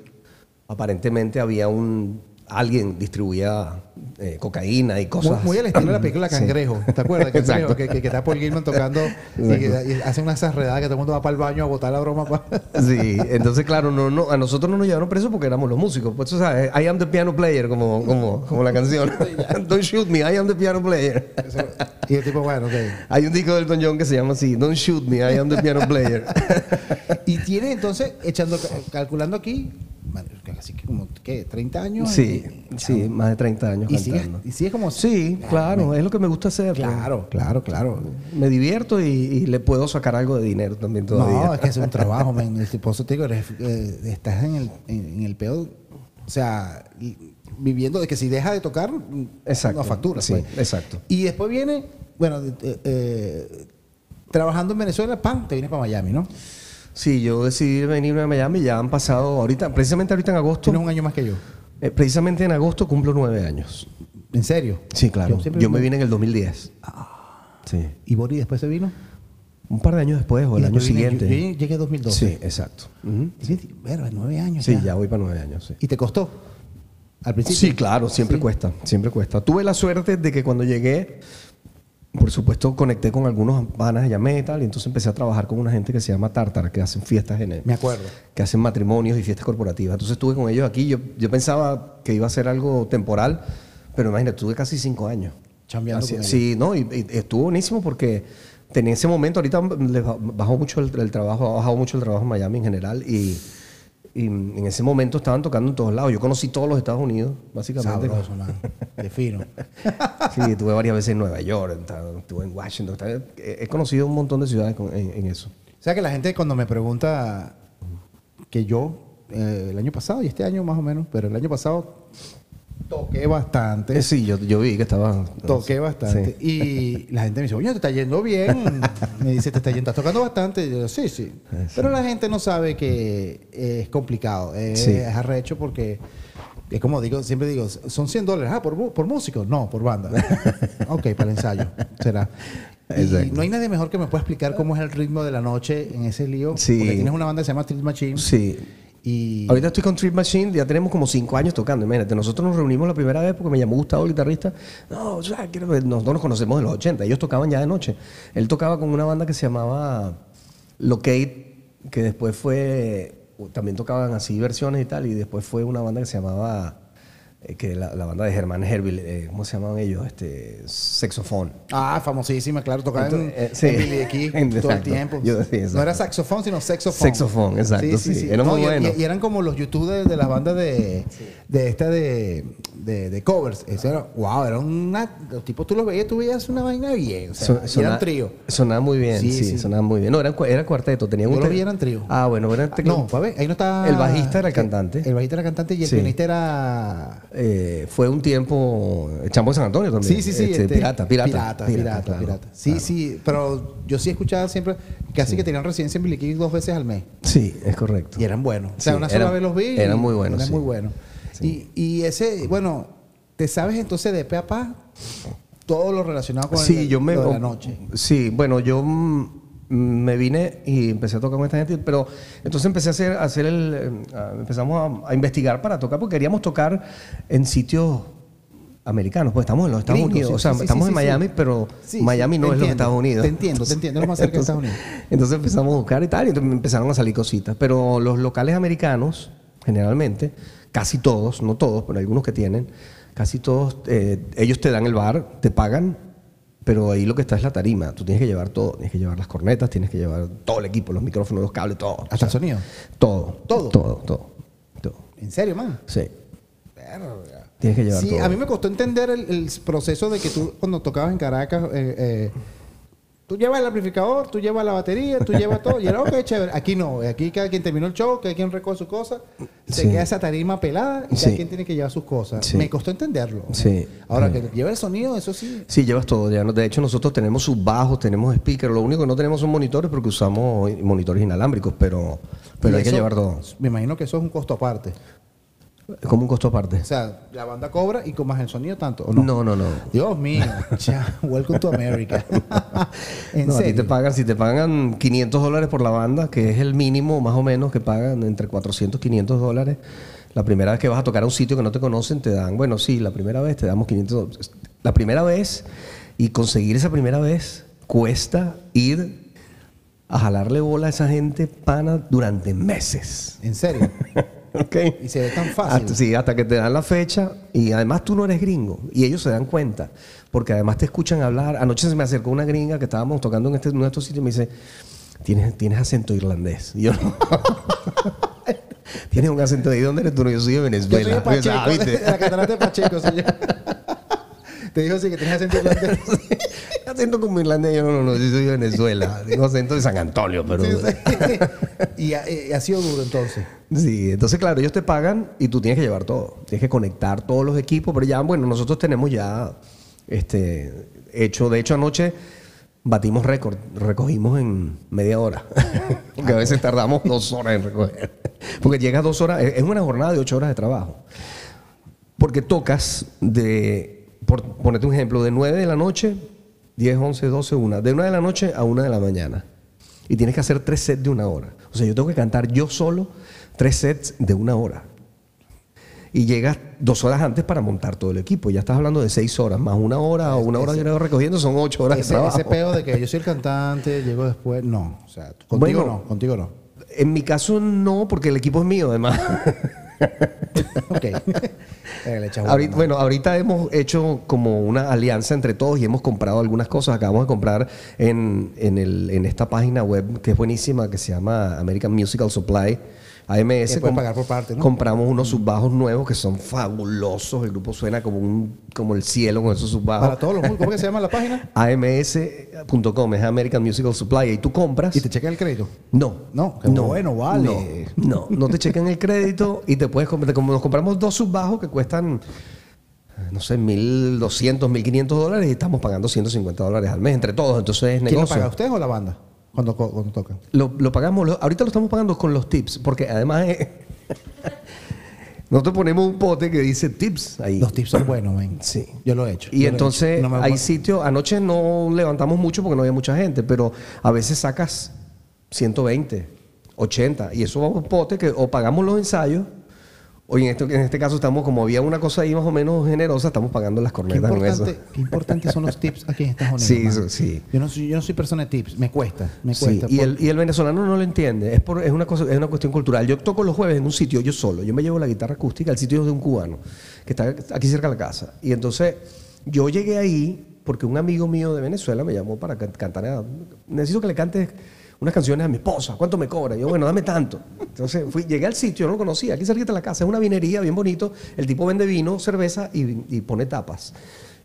[SPEAKER 3] aparentemente había un. Alguien distribuía eh, cocaína y
[SPEAKER 1] Muy,
[SPEAKER 3] cosas.
[SPEAKER 1] muy al
[SPEAKER 3] así.
[SPEAKER 1] estilo de la película
[SPEAKER 3] Mm, Sí.
[SPEAKER 1] Cangrejo, ¿te acuerdas? Cangrejo,
[SPEAKER 3] Exacto.
[SPEAKER 1] que, que, que está Paul Gilman tocando y, que- y hace una zarredada que todo el mundo va para el baño a botar la broma. pa-
[SPEAKER 3] Sí, entonces claro, no, no, a nosotros no nos llevaron presos porque éramos los músicos. Pues tú sabes, I am the piano player, como, como, como la canción. Don't shoot me, I am the piano player.
[SPEAKER 1] Y el tipo, bueno, ok.
[SPEAKER 3] Hay un disco del Elton John que se llama así, Don't Shoot Me, I Am the Piano Player.
[SPEAKER 1] Y tiene entonces, echando, calculando aquí, bueno, así que como, ¿qué? ¿30 años?
[SPEAKER 3] sí, sí, más de 30 años
[SPEAKER 1] Y sigue,
[SPEAKER 3] cantando.
[SPEAKER 1] y sigue como...
[SPEAKER 3] Sí, claro, es lo que me gusta hacer. pues.
[SPEAKER 1] Claro, claro, claro.
[SPEAKER 3] Me divierto y, y le puedo sacar algo de dinero también todavía.
[SPEAKER 1] No, es que es un trabajo, men. El tipo, eso te digo, eres, eh, estás en el, en, en el peor, o sea, y- viviendo de que si deja de tocar, mm,
[SPEAKER 3] Exacto,
[SPEAKER 1] no facturas.
[SPEAKER 3] sí,
[SPEAKER 1] pues.
[SPEAKER 3] exacto.
[SPEAKER 1] Y después viene, bueno, de- eh, eh, trabajando en Venezuela, pan, te vienes para Miami, ¿no?
[SPEAKER 3] Sí, yo decidí venirme a Miami, ya han pasado ahorita, precisamente ahorita en agosto,
[SPEAKER 1] Tienes un año más que yo.
[SPEAKER 3] eh, precisamente en agosto cumplo nueve años.
[SPEAKER 1] ¿En serio?
[SPEAKER 3] Sí, claro. Yo,
[SPEAKER 1] siempre Ah.
[SPEAKER 3] me vine en el 2010. Sí.
[SPEAKER 1] ¿Y Boris después se vino?
[SPEAKER 3] Un par de años después o el
[SPEAKER 1] Y
[SPEAKER 3] año
[SPEAKER 1] después vine-
[SPEAKER 3] siguiente.
[SPEAKER 1] Yo, yo llegué en 2012.
[SPEAKER 3] sí, exacto. Ujú.
[SPEAKER 1] Y viste, verga, nueve años
[SPEAKER 3] Sí,
[SPEAKER 1] ya.
[SPEAKER 3] ya voy para nueve años, sí.
[SPEAKER 1] ¿Y te costó? Al principio.
[SPEAKER 3] Sí, claro, siempre
[SPEAKER 1] Sí.
[SPEAKER 3] cuesta, siempre cuesta. Tuve la suerte de que cuando llegué, por supuesto, conecté con algunos panas allá metal y entonces empecé a trabajar con una gente que se llama Tártara, que hacen fiestas en el,
[SPEAKER 1] Me acuerdo.
[SPEAKER 3] que hacen matrimonios y fiestas corporativas. Entonces estuve con ellos aquí, yo, yo pensaba que iba a ser algo temporal, pero imagínate, tuve casi cinco años.
[SPEAKER 1] Chambeando
[SPEAKER 3] Así-
[SPEAKER 1] con ellos.
[SPEAKER 3] sí, no, y, y estuvo buenísimo porque en ese momento, ahorita les ba- bajó mucho el, el trabajo, ha bajado mucho el trabajo en Miami en general y, y en ese momento estaban tocando en todos lados. Yo conocí todos los Estados Unidos, básicamente.
[SPEAKER 1] Sabroso, man. De fino.
[SPEAKER 3] Sí, estuve varias veces en Nueva York, en ta- estuve en Washington. ta- He he conocido un montón de ciudades con- en, en eso.
[SPEAKER 1] O sea que la gente cuando me pregunta que yo, eh, el año pasado y este año más o menos, pero el año pasado toqué bastante.
[SPEAKER 3] Eh, Sí, yo, yo vi que estaba.
[SPEAKER 1] Toqué bastante. Y la gente me dice, oye, te está yendo bien. me dice, te está yendo, estás tocando bastante. Y yo, sí, sí. Pero la gente no sabe que es complicado. Es,
[SPEAKER 3] Sí.
[SPEAKER 1] es arrecho porque, es como digo, siempre digo, son 100 dólares. Ah, por, bu- por músico. No, por banda. ok, para el ensayo. Será. Y
[SPEAKER 3] Exacto.
[SPEAKER 1] no hay nadie mejor que me pueda explicar cómo es el ritmo de la noche en ese lío.
[SPEAKER 3] Sí.
[SPEAKER 1] Porque tienes una banda que se llama Street Machine.
[SPEAKER 3] Sí.
[SPEAKER 1] Y
[SPEAKER 3] Ahorita estoy con Trip Machine, ya tenemos como cinco años tocando. Imagínate, nosotros nos reunimos la primera vez porque me llamó Gustavo, el guitarrista. No, o sea, quiero ver- nos- no nos conocemos de los 80, ellos tocaban ya de noche. Él tocaba con una banda que se llamaba Locate, que después fue. También tocaban así versiones y tal, y después fue una banda que se llamaba. eh, que la, la banda de Germán Hervil, eh, ¿cómo se llamaban ellos? Este, saxofón.
[SPEAKER 1] Ah, famosísima, claro, tocaba en,
[SPEAKER 3] Entonces, eh, sí.
[SPEAKER 1] en Billy the Kid
[SPEAKER 3] En-
[SPEAKER 1] todo el
[SPEAKER 3] exacto.
[SPEAKER 1] tiempo.
[SPEAKER 3] Yo- sí, exacto.
[SPEAKER 1] no era saxofón, sino saxofón.
[SPEAKER 3] Saxofón, exacto, sí. Era muy
[SPEAKER 1] y-
[SPEAKER 3] bueno.
[SPEAKER 1] Y, y eran como los youtubers de, las bandas de, de esta de, de, de covers. Eso era, wow, era una. Los tipos tú los veías, tú veías una vaina bien. O sea,
[SPEAKER 3] Son-
[SPEAKER 1] y
[SPEAKER 3] sona-
[SPEAKER 1] eran trío.
[SPEAKER 3] Sonaba muy bien,
[SPEAKER 1] Sí,
[SPEAKER 3] sí,
[SPEAKER 1] sí.
[SPEAKER 3] sonaba muy bien. No, eran, cu- era cuarteto, tenían
[SPEAKER 1] Yo
[SPEAKER 3] un
[SPEAKER 1] lo
[SPEAKER 3] te-
[SPEAKER 1] vi, eran trío.
[SPEAKER 3] Ah, bueno, eran
[SPEAKER 1] Ah, No, a ver, ahí no está.
[SPEAKER 3] El bajista era el cantante.
[SPEAKER 1] El bajista era el cantante y el
[SPEAKER 3] Sí.
[SPEAKER 1] pianista era.
[SPEAKER 3] Eh, fue un tiempo el champo de San Antonio también.
[SPEAKER 1] Sí, sí, sí.
[SPEAKER 3] Este,
[SPEAKER 1] este,
[SPEAKER 3] pirata, pirata.
[SPEAKER 1] Pirata, pirata,
[SPEAKER 3] claro,
[SPEAKER 1] pirata. Sí,
[SPEAKER 3] claro.
[SPEAKER 1] sí, pero yo sí escuchaba siempre, casi que tenían residencia en Billy Kid dos veces al mes.
[SPEAKER 3] Sí, es correcto.
[SPEAKER 1] Y eran buenos. O sea,
[SPEAKER 3] Sí,
[SPEAKER 1] una sola
[SPEAKER 3] eran-
[SPEAKER 1] vez los vi. y
[SPEAKER 3] eran muy buenos,
[SPEAKER 1] Eran
[SPEAKER 3] sí.
[SPEAKER 1] muy buenos. Y, y ese, bueno, ¿te sabes entonces de pe a pa todo lo relacionado con
[SPEAKER 3] Sí,
[SPEAKER 1] el-
[SPEAKER 3] yo me.
[SPEAKER 1] lo de la noche?
[SPEAKER 3] Sí, bueno, yo mm, me vine y empecé a tocar con esta gente, pero entonces empecé a hacer, a hacer el. eh, a- empezamos a, a investigar para tocar, porque queríamos tocar en sitios americanos, pues estamos en los Estados
[SPEAKER 1] Gringos,
[SPEAKER 3] Unidos,
[SPEAKER 1] sí,
[SPEAKER 3] o sea,
[SPEAKER 1] sí, sí,
[SPEAKER 3] estamos
[SPEAKER 1] sí,
[SPEAKER 3] en
[SPEAKER 1] sí.
[SPEAKER 3] Miami, pero
[SPEAKER 1] Sí, sí,
[SPEAKER 3] Miami
[SPEAKER 1] te
[SPEAKER 3] no es los
[SPEAKER 1] entiendo,
[SPEAKER 3] Estados Unidos.
[SPEAKER 1] te entiendo, te entiendo, es lo más cerca de Estados Unidos.
[SPEAKER 3] Entonces empezamos a buscar y tal, y entonces empezaron a salir cositas. Pero los locales americanos, generalmente, casi todos, no todos, pero algunos que tienen, casi todos, eh, ellos te dan el bar, te pagan, pero ahí lo que está es la tarima. Tú tienes que llevar todo, tienes que llevar las cornetas, tienes que llevar todo el equipo, los micrófonos, los cables, todo.
[SPEAKER 1] Hasta el sonido.
[SPEAKER 3] Todo.
[SPEAKER 1] Todo.
[SPEAKER 3] Todo, todo. todo.
[SPEAKER 1] ¿En serio, man?
[SPEAKER 3] Sí. Tienes que llevar
[SPEAKER 1] Sí,
[SPEAKER 3] todo.
[SPEAKER 1] a mí me costó entender el, el proceso de que tú, cuando tocabas en Caracas, eh, eh, tú llevas el amplificador, tú llevas la batería, tú llevas todo. Y era, ok, chévere. Aquí no. Aquí cada quien terminó el show, cada quien recoge su cosa. Se
[SPEAKER 3] Sí.
[SPEAKER 1] queda esa tarima pelada y cada
[SPEAKER 3] Sí.
[SPEAKER 1] quien tiene que llevar sus cosas.
[SPEAKER 3] Sí.
[SPEAKER 1] Me costó entenderlo.
[SPEAKER 3] Sí. Mm.
[SPEAKER 1] Ahora, que lleva el sonido, eso sí.
[SPEAKER 3] Sí, llevas todo. Ya. no- De hecho, nosotros tenemos sus bajos, tenemos speakers. Lo único que no tenemos son monitores porque usamos monitores inalámbricos, pero, pero
[SPEAKER 1] Y
[SPEAKER 3] hay que
[SPEAKER 1] eso,
[SPEAKER 3] llevar todo.
[SPEAKER 1] Me imagino que eso es un costo aparte.
[SPEAKER 3] Es como un costo aparte.
[SPEAKER 1] O sea, la banda cobra y con más el sonido tanto, ¿o no?
[SPEAKER 3] No, no, no.
[SPEAKER 1] Dios mío, cha, welcome to America. en
[SPEAKER 3] No, a ti
[SPEAKER 1] serio.
[SPEAKER 3] te pagan, si te pagan 500 dólares por la banda, que es el mínimo más o menos que pagan entre 400 y 500 dólares, la primera vez que vas a tocar a un sitio que no te conocen, te dan, bueno, sí, la primera vez te damos 500 dólares. La primera vez, y conseguir esa primera vez, cuesta ir a jalarle bola a esa gente pana durante meses.
[SPEAKER 1] En serio.
[SPEAKER 3] ¿Ok?
[SPEAKER 1] Y se ve tan fácil.
[SPEAKER 3] Hasta, sí, hasta que te dan la fecha y además tú no eres gringo y ellos se dan cuenta porque además te escuchan hablar. Anoche se me acercó una gringa que estábamos tocando en este, en uno de estos sitios y me dice, tienes, tienes acento irlandés. Y yo no. Tienes un acento de "¿Y dónde eres tú? No, yo soy de
[SPEAKER 1] Yo soy
[SPEAKER 3] Venezuela.
[SPEAKER 1] de Pacheco,
[SPEAKER 3] Ah, ¿viste?
[SPEAKER 1] de la catarata de Pacheco, soy yo. Te dijo así que tenías acento irlandés.
[SPEAKER 3] acento como irlandés. Yo no, no, no, yo soy de Venezuela. Tengo acento de San Antonio, pero...
[SPEAKER 1] Sí, sí. y, ha, eh, ha sido duro entonces.
[SPEAKER 3] Sí, entonces claro, ellos te pagan y tú tienes que llevar todo. Tienes que conectar todos los equipos, pero ya, bueno, nosotros tenemos ya este hecho, de hecho anoche batimos récord, recogimos en media hora, porque a veces tardamos dos horas en recoger, porque llegas dos horas, es es una jornada de ocho horas de trabajo, porque tocas de, por ponerte un ejemplo, de nueve de la noche, 10, 11, 12, 1, de una de la noche a una de la mañana. Y tienes que hacer tres sets de una hora. O sea, yo tengo que cantar yo solo tres sets de una hora. Y llegas dos horas antes para montar todo el equipo. Ya estás hablando de seis horas, más una hora o una hora yo llevo recogiendo, son ocho horas de
[SPEAKER 1] Ese,
[SPEAKER 3] trabajo.
[SPEAKER 1] ese peo de que yo soy el cantante, llego después, no. O sea, contigo
[SPEAKER 3] Bueno.
[SPEAKER 1] no, contigo no.
[SPEAKER 3] En mi caso no, porque el equipo es mío además.
[SPEAKER 1] Ok. Eh, le echas bola,
[SPEAKER 3] Ahorita-
[SPEAKER 1] ¿no?
[SPEAKER 3] bueno, ahorita hemos hecho como una alianza entre todos y hemos comprado algunas cosas. Acabamos de comprar en, en el- en esta página web que es buenísima, que se llama American Musical Supply. AMS
[SPEAKER 1] Que puedes pagar por parte, ¿no? Mm.
[SPEAKER 3] compramos unos subbajos nuevos que son fabulosos. El grupo suena como un como el cielo con esos subbajos.
[SPEAKER 1] Para todos los músicos, ¿cómo que se llama la página?
[SPEAKER 3] AMS.com es American Musical Supply y tú compras.
[SPEAKER 1] Y te chequean el crédito.
[SPEAKER 3] No.
[SPEAKER 1] No, qué bueno, vale.
[SPEAKER 3] No, no, no te chequen el crédito y te puedes comprar. Como nos compramos dos subbajos que cuestan no sé, 1.200, 1.500 dólares y estamos pagando 150 dólares al mes entre todos. Entonces es
[SPEAKER 1] ¿Quién lo
[SPEAKER 3] negocio.
[SPEAKER 1] paga, ustedes o la banda? Cuando, co- cuando tocan.
[SPEAKER 3] Lo, lo pagamos, lo- ahorita lo estamos pagando con los tips, porque además eh, nosotros ponemos un pote que dice tips ahí.
[SPEAKER 1] Los tips son buenos, men.
[SPEAKER 3] Sí.
[SPEAKER 1] Yo lo he hecho.
[SPEAKER 3] Y
[SPEAKER 1] yo lo he
[SPEAKER 3] entonces
[SPEAKER 1] hecho. No me-
[SPEAKER 3] hay sitios, anoche no levantamos mucho porque no había mucha gente, pero a veces sacas 120, 80, y eso va a un pote que o pagamos los ensayos, o en este, en este caso estamos, como había una cosa ahí más o menos generosa, estamos pagando las
[SPEAKER 1] Qué
[SPEAKER 3] cornetas con eso.
[SPEAKER 1] importante, qué importantes son los tips aquí en Estados Unidos.
[SPEAKER 3] Sí,
[SPEAKER 1] man.
[SPEAKER 3] eso sí.
[SPEAKER 1] Yo no, soy, yo no soy persona de tips, me cuesta, me
[SPEAKER 3] Sí,
[SPEAKER 1] cuesta.
[SPEAKER 3] y,
[SPEAKER 1] por-
[SPEAKER 3] el, y el venezolano no lo entiende, es, por- es, una cosa, es una cuestión cultural. Yo toco los jueves en un sitio yo solo, yo me llevo la guitarra acústica al sitio de un cubano, que está aquí cerca de la casa. Y entonces yo llegué ahí porque un amigo mío de Venezuela me llamó para can- cantar, a- necesito que le cantes unas canciones a mi esposa, ¿cuánto me cobra? Y yo, bueno, dame tanto. Entonces fui, llegué al sitio, yo no lo conocía, aquí cerquita de la casa, es una vinería bien bonito, el tipo vende vino, cerveza y, y pone tapas.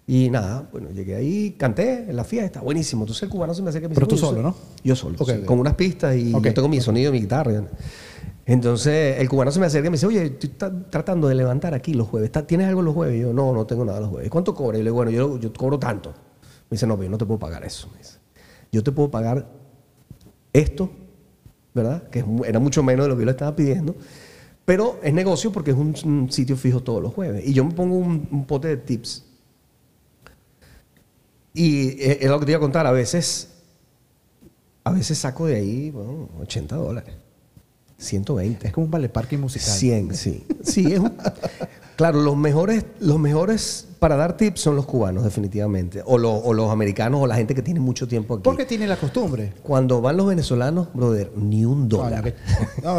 [SPEAKER 3] Y nada, bueno, llegué ahí, canté en la fiesta, buenísimo. Entonces el cubano se me acerca y me
[SPEAKER 1] Pero
[SPEAKER 3] dice,
[SPEAKER 1] tú
[SPEAKER 3] "Oye,
[SPEAKER 1] solo,
[SPEAKER 3] soy-".
[SPEAKER 1] ¿no?
[SPEAKER 3] Yo solo,
[SPEAKER 1] Ok,
[SPEAKER 3] sí,
[SPEAKER 1] ok.
[SPEAKER 3] con unas pistas y
[SPEAKER 1] Ok.
[SPEAKER 3] yo tengo mi sonido, mi guitarra. Entonces el cubano se me acerca y me dice, oye, tú estás tratando de levantar aquí los jueves, ¿Estás- ¿tienes algo los jueves? Y yo, no, no tengo nada los jueves. ¿Cuánto cobra? Y le digo, bueno, yo, yo cobro tanto. Me dice, no, pero yo no te puedo pagar eso. Me dice, yo te puedo pagar esto, ¿verdad? Que es mu- era mucho menos de lo que yo le estaba pidiendo. Pero es negocio porque es un, un sitio fijo todos los jueves. Y yo me pongo un- un pote de tips y e, es es lo que te iba a contar, a veces, a veces saco de ahí bueno, 80 dólares, 120.
[SPEAKER 1] es como un vale parking musical.
[SPEAKER 3] 100, sí. Sí, es un- claro, los mejores, los mejores para dar tips son los cubanos, definitivamente. O, lo- o los americanos o la gente que tiene mucho tiempo aquí.
[SPEAKER 1] Porque tiene la costumbre.
[SPEAKER 3] Cuando van los venezolanos, brother, ni un dólar.
[SPEAKER 1] Coño,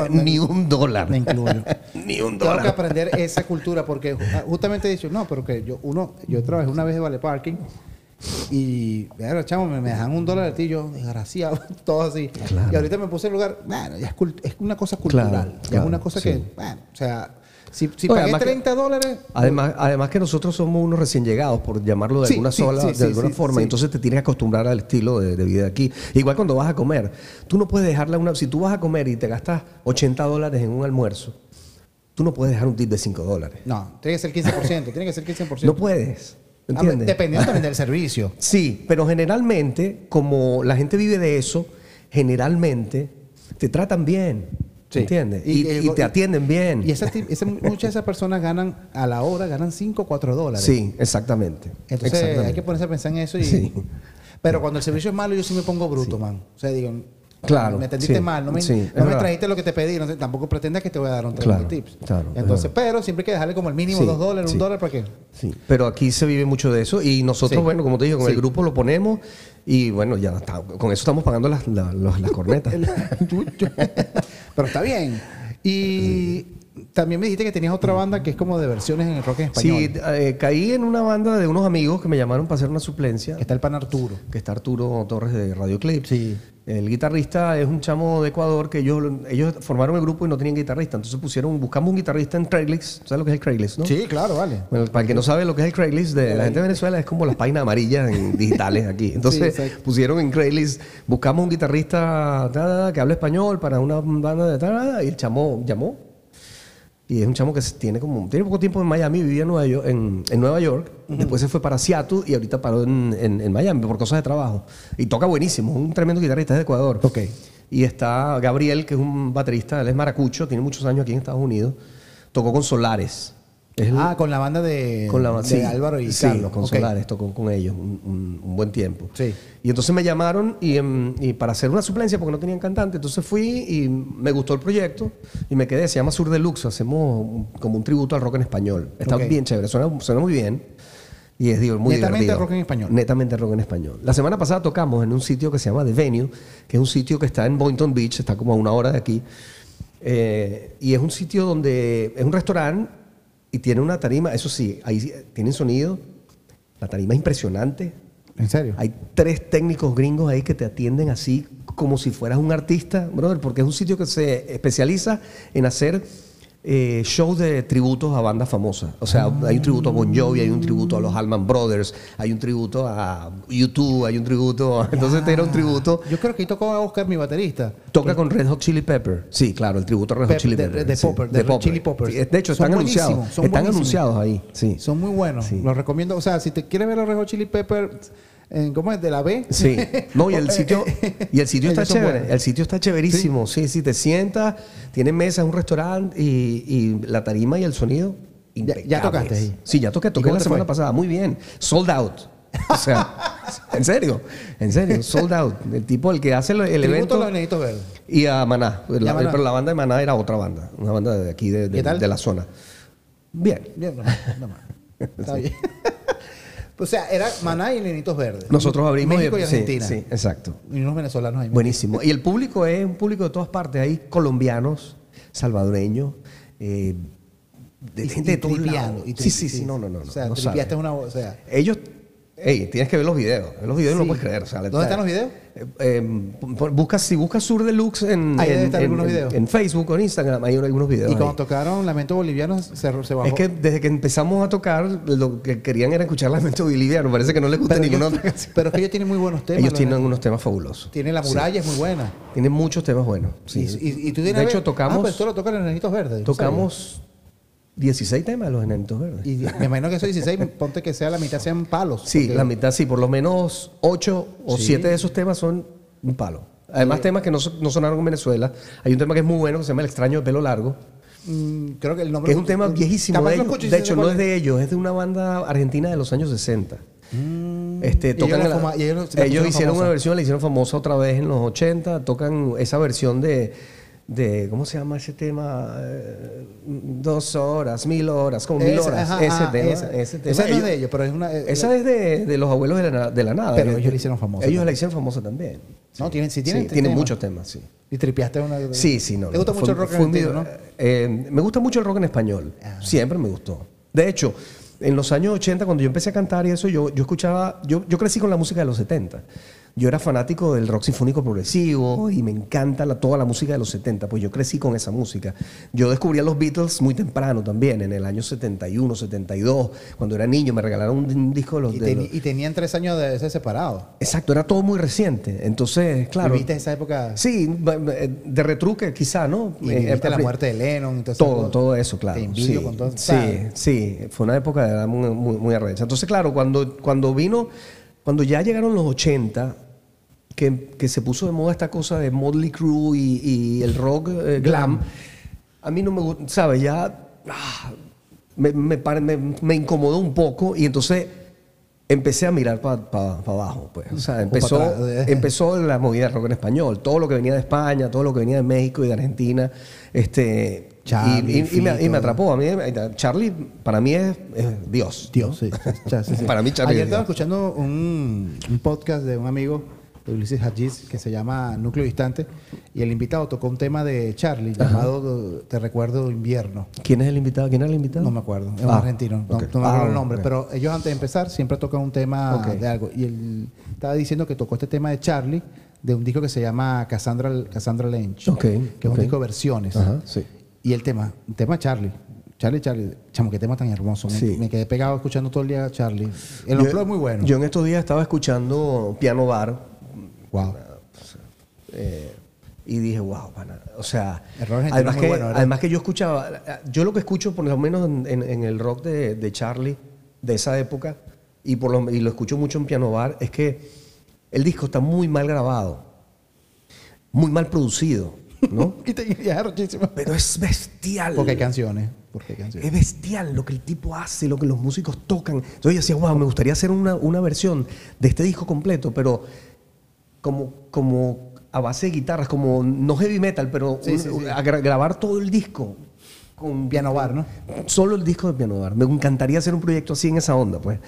[SPEAKER 1] que- no,
[SPEAKER 3] ni un dólar.
[SPEAKER 1] Me incluyo.
[SPEAKER 3] ni un
[SPEAKER 1] Tengo que
[SPEAKER 3] dólar.
[SPEAKER 1] aprender esa cultura porque ju- ah, justamente he dicho, no, pero que yo uno yo trabajé una vez de vale parking y bueno, chamo, me, me dejan un dólar de ti, yo desgraciado, todo así.
[SPEAKER 3] Claro.
[SPEAKER 1] Y ahorita me puse en lugar, bueno, ya es, cult- es una cosa cultural,
[SPEAKER 3] Claro,
[SPEAKER 1] ya es
[SPEAKER 3] claro,
[SPEAKER 1] una cosa
[SPEAKER 3] sí.
[SPEAKER 1] que, bueno, o sea, si, si
[SPEAKER 3] Oye,
[SPEAKER 1] pagué
[SPEAKER 3] además que-
[SPEAKER 1] 30 dólares,
[SPEAKER 3] Además, además que nosotros somos unos recién llegados, por llamarlo de
[SPEAKER 1] Sí,
[SPEAKER 3] alguna
[SPEAKER 1] sí,
[SPEAKER 3] sola,
[SPEAKER 1] sí,
[SPEAKER 3] de
[SPEAKER 1] sí,
[SPEAKER 3] alguna
[SPEAKER 1] sí,
[SPEAKER 3] forma.
[SPEAKER 1] sí.
[SPEAKER 3] Entonces te tienes que acostumbrar al estilo de, de vida de aquí. Igual cuando vas a comer, tú no puedes dejarla una. Si tú vas a comer y te gastas 80 dólares en un almuerzo, tú no puedes dejar un tip de 5 dólares.
[SPEAKER 1] no, tiene que ser 15%, tiene que ser 15%.
[SPEAKER 3] No puedes.
[SPEAKER 1] Ah,
[SPEAKER 3] ¿Entiendes?
[SPEAKER 1] Dependiendo también del servicio.
[SPEAKER 3] Sí, pero generalmente, como la gente vive de eso, generalmente te tratan bien.
[SPEAKER 1] Sí.
[SPEAKER 3] ¿Entiendes?
[SPEAKER 1] Y-
[SPEAKER 3] Y,
[SPEAKER 1] y-
[SPEAKER 3] y te atienden bien.
[SPEAKER 1] Y esa, ti- esa- muchas de esas personas ganan a la hora, ganan 5 o 4 dólares.
[SPEAKER 3] sí, exactamente.
[SPEAKER 1] Entonces
[SPEAKER 3] Exactamente.
[SPEAKER 1] hay que ponerse a pensar en eso. Y,
[SPEAKER 3] Sí.
[SPEAKER 1] Pero cuando el servicio es malo, yo sí me pongo bruto, man. O sea, digo,
[SPEAKER 3] Claro,
[SPEAKER 1] me atendiste
[SPEAKER 3] sí,
[SPEAKER 1] mal, no me,
[SPEAKER 3] sí,
[SPEAKER 1] no
[SPEAKER 3] es
[SPEAKER 1] me
[SPEAKER 3] verdad.
[SPEAKER 1] trajiste lo que te pedí, no sé, tampoco pretendas que te voy a dar un 30
[SPEAKER 3] Claro,
[SPEAKER 1] tips.
[SPEAKER 3] claro, es
[SPEAKER 1] Entonces,
[SPEAKER 3] verdad.
[SPEAKER 1] pero siempre hay que dejarle como el mínimo
[SPEAKER 3] Sí,
[SPEAKER 1] 2 dólares,
[SPEAKER 3] sí.
[SPEAKER 1] 1 dólar para que.
[SPEAKER 3] Sí, pero aquí se vive mucho de eso y nosotros,
[SPEAKER 1] Sí.
[SPEAKER 3] bueno, como te digo, con
[SPEAKER 1] Sí.
[SPEAKER 3] el grupo lo ponemos y bueno, ya está, con eso estamos pagando las, la- los- las cornetas.
[SPEAKER 1] pero está bien. Y también me dijiste que tenías otra banda que es como de versiones en el rock en español.
[SPEAKER 3] Mm. sí, eh, caí en una banda de unos amigos que me llamaron para hacer una suplencia,
[SPEAKER 1] Que está el pan Arturo.
[SPEAKER 3] que está Arturo Torres de Radio Clip.
[SPEAKER 1] Sí.
[SPEAKER 3] El guitarrista es un chamo de Ecuador que ellos, ellos formaron el grupo y no tenían guitarrista, entonces pusieron, buscamos un guitarrista en Craigslist, ¿sabes lo que es el Craigslist? No?
[SPEAKER 1] Sí, claro, vale.
[SPEAKER 3] Bueno, para el que no sabe lo que es el Craigslist de la gente de Venezuela, es como las páginas amarillas en digitales aquí. Entonces
[SPEAKER 1] Sí, exacto.
[SPEAKER 3] pusieron en Craigslist, buscamos un guitarrista ta, ta, ta, que hable español para una banda de tal, y el chamo llamó. Y es un chamo que se- tiene como tiene poco tiempo en Miami, vivía en Nueva York, en, en Nueva York después se fue para Seattle y ahorita paró en, en- en Miami por cosas de trabajo. Y toca buenísimo, un tremendo guitarrista es de Ecuador.
[SPEAKER 1] Ok.
[SPEAKER 3] Y está Gabriel, que es un baterista, él es maracucho, tiene muchos años aquí en Estados Unidos. Tocó con Solares. Es el-
[SPEAKER 1] Ah, con la banda de,
[SPEAKER 3] con la,
[SPEAKER 1] de
[SPEAKER 3] Eh, sí,
[SPEAKER 1] Álvaro y
[SPEAKER 3] sí,
[SPEAKER 1] Carlos.
[SPEAKER 3] con
[SPEAKER 1] Ok.
[SPEAKER 3] Solares, tocó con ellos un, un- un buen tiempo.
[SPEAKER 1] Sí.
[SPEAKER 3] Y entonces me llamaron y, em, y para hacer una suplencia porque no tenían cantante. Entonces fui y me gustó el proyecto y me quedé. Se llama Sur Deluxe. Hacemos un- como un tributo al rock en español. Está
[SPEAKER 1] Ok.
[SPEAKER 3] bien chévere, suena, suena muy bien. Y es digo, muy
[SPEAKER 1] Netamente
[SPEAKER 3] divertido.
[SPEAKER 1] rock en español.
[SPEAKER 3] Netamente rock en español. La semana pasada tocamos en un sitio que se llama The Venue, que es un sitio que está en Boynton Beach, está como a una hora de aquí. Eh, y es un sitio donde es un restaurante y tiene una tarima, eso sí, ahí sí, eh, tienen sonido, la tarima es impresionante.
[SPEAKER 1] ¿En serio?
[SPEAKER 3] Hay tres técnicos gringos ahí que te atienden así como si fueras un artista, brother, porque es un sitio que se especializa en hacer eh, shows de tributos a bandas famosas. O sea, hay un tributo a Bon Jovi, hay un tributo a los Allman Brothers, hay un tributo a YouTube, hay un tributo. a- Entonces era un tributo.
[SPEAKER 1] Yo creo que ahí tocó a Oscar, mi baterista.
[SPEAKER 3] Toca con Red Hot Chili Pepper. Sí, claro, el tributo a Red Hot
[SPEAKER 1] Pep-
[SPEAKER 3] Chili
[SPEAKER 1] de-
[SPEAKER 3] Pepper.
[SPEAKER 1] de
[SPEAKER 3] sí,
[SPEAKER 1] Popper, de Red Chili Poppers.
[SPEAKER 3] Sí, de hecho,
[SPEAKER 1] Son
[SPEAKER 3] están anunciados.
[SPEAKER 1] buenísimos, son
[SPEAKER 3] Están
[SPEAKER 1] buenísimos.
[SPEAKER 3] anunciados ahí. Sí.
[SPEAKER 1] Son muy buenos.
[SPEAKER 3] Sí.
[SPEAKER 1] Los recomiendo. O sea, si te quieres ver los Red Hot Chili Pepper, en, ¿cómo es? De la B.
[SPEAKER 3] Sí. No, y el sitio, y el sitio está
[SPEAKER 1] Ellos son
[SPEAKER 3] chévere.
[SPEAKER 1] buenos.
[SPEAKER 3] El sitio está chéverísimo. Sí, sí, te sientas, tiene mesa, es un restaurante y, y la tarima y el sonido.
[SPEAKER 1] ya
[SPEAKER 3] impecables.
[SPEAKER 1] tocaste ahí.
[SPEAKER 3] Sí, ya toqué, toqué
[SPEAKER 1] cómo
[SPEAKER 3] la
[SPEAKER 1] te
[SPEAKER 3] semana
[SPEAKER 1] fue?
[SPEAKER 3] pasada. Muy bien. Sold out. O sea, en serio, en serio, sold out. El tipo, el que hace lo- el
[SPEAKER 1] Tributo a
[SPEAKER 3] evento.
[SPEAKER 1] los Enanitos Verdes.
[SPEAKER 3] Y a Maná. La- eh,
[SPEAKER 1] a Maná.
[SPEAKER 3] Pero la banda de Maná era otra banda, una banda de aquí, de, de-
[SPEAKER 1] ¿Qué tal?
[SPEAKER 3] de la zona. Bien.
[SPEAKER 1] Bien, no más, no más. Está bien. o sea, era Maná y Nenitos Verdes.
[SPEAKER 3] Nosotros abrimos
[SPEAKER 1] México y
[SPEAKER 3] sí,
[SPEAKER 1] Argentina.
[SPEAKER 3] Sí, exacto.
[SPEAKER 1] Y unos venezolanos ahí.
[SPEAKER 3] Buenísimo. Y el público es un público de todas partes. Hay colombianos, salvadoreños, eh, de
[SPEAKER 1] Y-
[SPEAKER 3] gente de
[SPEAKER 1] y
[SPEAKER 3] todos
[SPEAKER 1] tripeando,
[SPEAKER 3] lados.
[SPEAKER 1] y tri-
[SPEAKER 3] sí, sí, sí, no, no, no.
[SPEAKER 1] O sea,
[SPEAKER 3] no sabes.
[SPEAKER 1] tripiaste una. O sea,
[SPEAKER 3] Ellos, hey, tienes que ver los videos. Los videos no
[SPEAKER 1] Sí.
[SPEAKER 3] puedes creer. o sea,
[SPEAKER 1] ¿Dónde están los videos?
[SPEAKER 3] Eh, eh, pon- busca, si buscas Sur Deluxe en,
[SPEAKER 1] Ahí
[SPEAKER 3] en-
[SPEAKER 1] deben estar
[SPEAKER 3] en-
[SPEAKER 1] algunos
[SPEAKER 3] en-
[SPEAKER 1] videos.
[SPEAKER 3] en Facebook o en Instagram, hay algunos videos.
[SPEAKER 1] y
[SPEAKER 3] ahí.
[SPEAKER 1] cuando tocaron Lamento Boliviano, se, se bajó.
[SPEAKER 3] Es que desde que empezamos a tocar, lo que querían era escuchar Lamento Boliviano. Parece que no les gusta
[SPEAKER 1] pero,
[SPEAKER 3] ninguna
[SPEAKER 1] ellos,
[SPEAKER 3] otra canción.
[SPEAKER 1] pero es que ellos tienen muy buenos temas.
[SPEAKER 3] Ellos
[SPEAKER 1] los
[SPEAKER 3] tienen
[SPEAKER 1] Enanitos.
[SPEAKER 3] unos temas fabulosos.
[SPEAKER 1] Tienen la muralla, es muy buena.
[SPEAKER 3] Tienen muchos temas buenos. sí.
[SPEAKER 1] Y, y- y tú tienes
[SPEAKER 3] de
[SPEAKER 1] a ver-
[SPEAKER 3] hecho,
[SPEAKER 1] Ah, pero
[SPEAKER 3] tocamos,
[SPEAKER 1] esto lo tocan en Enanitos Verdes. yo no
[SPEAKER 3] tocamos 16 temas de los Enanitos Verdes.
[SPEAKER 1] sabía. Y me imagino que esos 16, ponte que sea la mitad sean palos.
[SPEAKER 3] sí,
[SPEAKER 1] porque-
[SPEAKER 3] la mitad, sí, por lo menos 8 o
[SPEAKER 1] Sí.
[SPEAKER 3] 7 de esos temas son un palo. Además, temas que no, so- no sonaron en Venezuela. Hay un tema que es muy bueno que se llama El extraño de pelo largo.
[SPEAKER 1] Mm, creo que el nombre.
[SPEAKER 3] Que es un tema viejísimo
[SPEAKER 1] Capaz
[SPEAKER 3] de
[SPEAKER 1] lo
[SPEAKER 3] ellos.
[SPEAKER 1] escucho y
[SPEAKER 3] De
[SPEAKER 1] sé
[SPEAKER 3] hecho,
[SPEAKER 1] cuál
[SPEAKER 3] no es de ellos, es de una banda argentina de los años 60. Este,
[SPEAKER 1] ellos
[SPEAKER 3] tocan
[SPEAKER 1] la
[SPEAKER 3] la-
[SPEAKER 1] fama- Mm, y ellos la
[SPEAKER 3] ellos,
[SPEAKER 1] pusieron
[SPEAKER 3] hicieron
[SPEAKER 1] famosa.
[SPEAKER 3] una versión, la hicieron famosa otra vez en los 80, tocan esa versión de, de ¿cómo se llama ese tema? Eh, Dos horas, mil horas, como mil
[SPEAKER 1] Esa,
[SPEAKER 3] horas.
[SPEAKER 1] ajá,
[SPEAKER 3] ese,
[SPEAKER 1] ajá,
[SPEAKER 3] tema,
[SPEAKER 1] esa.
[SPEAKER 3] ese tema.
[SPEAKER 1] Esa no es
[SPEAKER 3] Ellos-
[SPEAKER 1] de ellos, pero es una. eh,
[SPEAKER 3] esa es de, de los abuelos de la, na- de la nada.
[SPEAKER 1] Pero ellos la hicieron famosa
[SPEAKER 3] Ellos la
[SPEAKER 1] también.
[SPEAKER 3] hicieron famosa también.
[SPEAKER 1] No, tienen, sí,
[SPEAKER 3] Sí,
[SPEAKER 1] tienen.
[SPEAKER 3] tienen muchos temas, sí.
[SPEAKER 1] Y tripeaste una.
[SPEAKER 3] Sí, sí, no.
[SPEAKER 1] Eh, Te gusta
[SPEAKER 3] no,
[SPEAKER 1] mucho
[SPEAKER 3] fue-
[SPEAKER 1] el rock
[SPEAKER 3] fue un
[SPEAKER 1] argentino,
[SPEAKER 3] video-
[SPEAKER 1] ¿no? Ah.
[SPEAKER 3] eh, me gusta mucho el rock en español. Siempre me gustó. De hecho, en los años 80, cuando yo empecé a cantar y eso, yo, yo escuchaba, yo, yo crecí con la música de los 70. Yo era fanático del rock sinfónico progresivo y me encanta la- toda la música de los 70, pues yo crecí con esa música. Yo descubrí a los Beatles muy temprano también, en el año 71, 72, cuando era niño, me regalaron un, un disco de los...
[SPEAKER 1] Y,
[SPEAKER 3] de
[SPEAKER 1] teni-
[SPEAKER 3] los-
[SPEAKER 1] y tenían tres años de ser separados.
[SPEAKER 3] Exacto, era todo muy reciente. Entonces, claro...
[SPEAKER 1] ¿Viste esa época?
[SPEAKER 3] Sí, ba- ba- eh, de retruque quizá, ¿no?
[SPEAKER 1] Y
[SPEAKER 3] Eh,
[SPEAKER 1] viviste la
[SPEAKER 3] apli-
[SPEAKER 1] muerte de Lennon. y
[SPEAKER 3] todo, todo eso, claro.
[SPEAKER 1] Te envidio
[SPEAKER 3] sí,
[SPEAKER 1] con todo.
[SPEAKER 3] sí,
[SPEAKER 1] ¿sabes?
[SPEAKER 3] sí, fue una época de edad muy, muy, muy arrecha. Entonces, claro, cuando, cuando vino, cuando ya llegaron los 80, que, que se puso de moda esta cosa de Motley Crue y, y el rock eh, glam, a mí no me gusta, ¿sabes? Ya ah, me, me, pare- me- me incomodó un poco y entonces empecé a mirar para abajo, pues. O sea, empezó,
[SPEAKER 1] pa' atrás. eh.
[SPEAKER 3] empezó la movida de rock en español, todo lo que venía de España, todo lo que venía de México y de Argentina, este...
[SPEAKER 1] Charlie,
[SPEAKER 3] y, y- y me, y
[SPEAKER 1] Fito.
[SPEAKER 3] me atrapó. A mí, Charlie, para mí es, es Dios.
[SPEAKER 1] Dios, sí. Chas, sí, sí.
[SPEAKER 3] Para mí, Charlie
[SPEAKER 1] Ayer
[SPEAKER 3] es
[SPEAKER 1] estaba
[SPEAKER 3] Dios.
[SPEAKER 1] escuchando un, un podcast de un amigo, de Ulises Hadjis, que se llama Núcleo Distante, y el invitado tocó un tema de Charlie llamado Te Recuerdo Invierno.
[SPEAKER 3] ¿Quién es el invitado? ¿Quién era el invitado?
[SPEAKER 1] No me acuerdo, es un
[SPEAKER 3] Ah,
[SPEAKER 1] argentino, no,
[SPEAKER 3] ok.
[SPEAKER 1] no me acuerdo
[SPEAKER 3] Ah,
[SPEAKER 1] el nombre,
[SPEAKER 3] ok.
[SPEAKER 1] pero ellos antes de empezar siempre tocan un tema
[SPEAKER 3] Ok.
[SPEAKER 1] de algo. Y él estaba diciendo que tocó este tema de Charlie, de un disco que se llama Cassandra, Cassandra Lynch,
[SPEAKER 3] Ok,
[SPEAKER 1] que es un
[SPEAKER 3] ok.
[SPEAKER 1] disco de versiones.
[SPEAKER 3] Ajá, sí.
[SPEAKER 1] Y el tema, el tema Charlie. Charlie, Charlie, chamo, qué tema tan hermoso. Me-
[SPEAKER 3] Sí.
[SPEAKER 1] Me, quedé pegado escuchando todo el día a Charlie. El
[SPEAKER 3] Yo-
[SPEAKER 1] upload es muy bueno.
[SPEAKER 3] Yo en estos días estaba escuchando Piano Bar
[SPEAKER 1] wow.
[SPEAKER 3] eh, y dije, wow, pana. O sea,
[SPEAKER 1] El rock argentino
[SPEAKER 3] además
[SPEAKER 1] es muy
[SPEAKER 3] que,
[SPEAKER 1] bueno, ¿verdad?
[SPEAKER 3] además que yo escuchaba, yo lo que escucho por lo menos en, en- en el rock de, de Charlie de esa época, y, por lo, y lo escucho mucho en Piano Bar, es que el disco está muy mal grabado, muy mal producido, ¿no?
[SPEAKER 1] Y te- y es arrechísimo.
[SPEAKER 3] Pero es bestial.
[SPEAKER 1] Porque hay canciones. Porque hay
[SPEAKER 3] Es
[SPEAKER 1] canciones.
[SPEAKER 3] bestial lo que el tipo hace, lo que los músicos tocan. Entonces yo decía, wow, me gustaría hacer una, una versión de este disco completo, pero como, como a base de guitarras, como no heavy metal, pero
[SPEAKER 1] Sí,
[SPEAKER 3] un-
[SPEAKER 1] sí, sí.
[SPEAKER 3] a gra- grabar todo el disco con
[SPEAKER 1] Piano bar, ¿no?
[SPEAKER 3] Solo el disco de Piano Bar. Me encantaría hacer un proyecto así en esa onda, pues.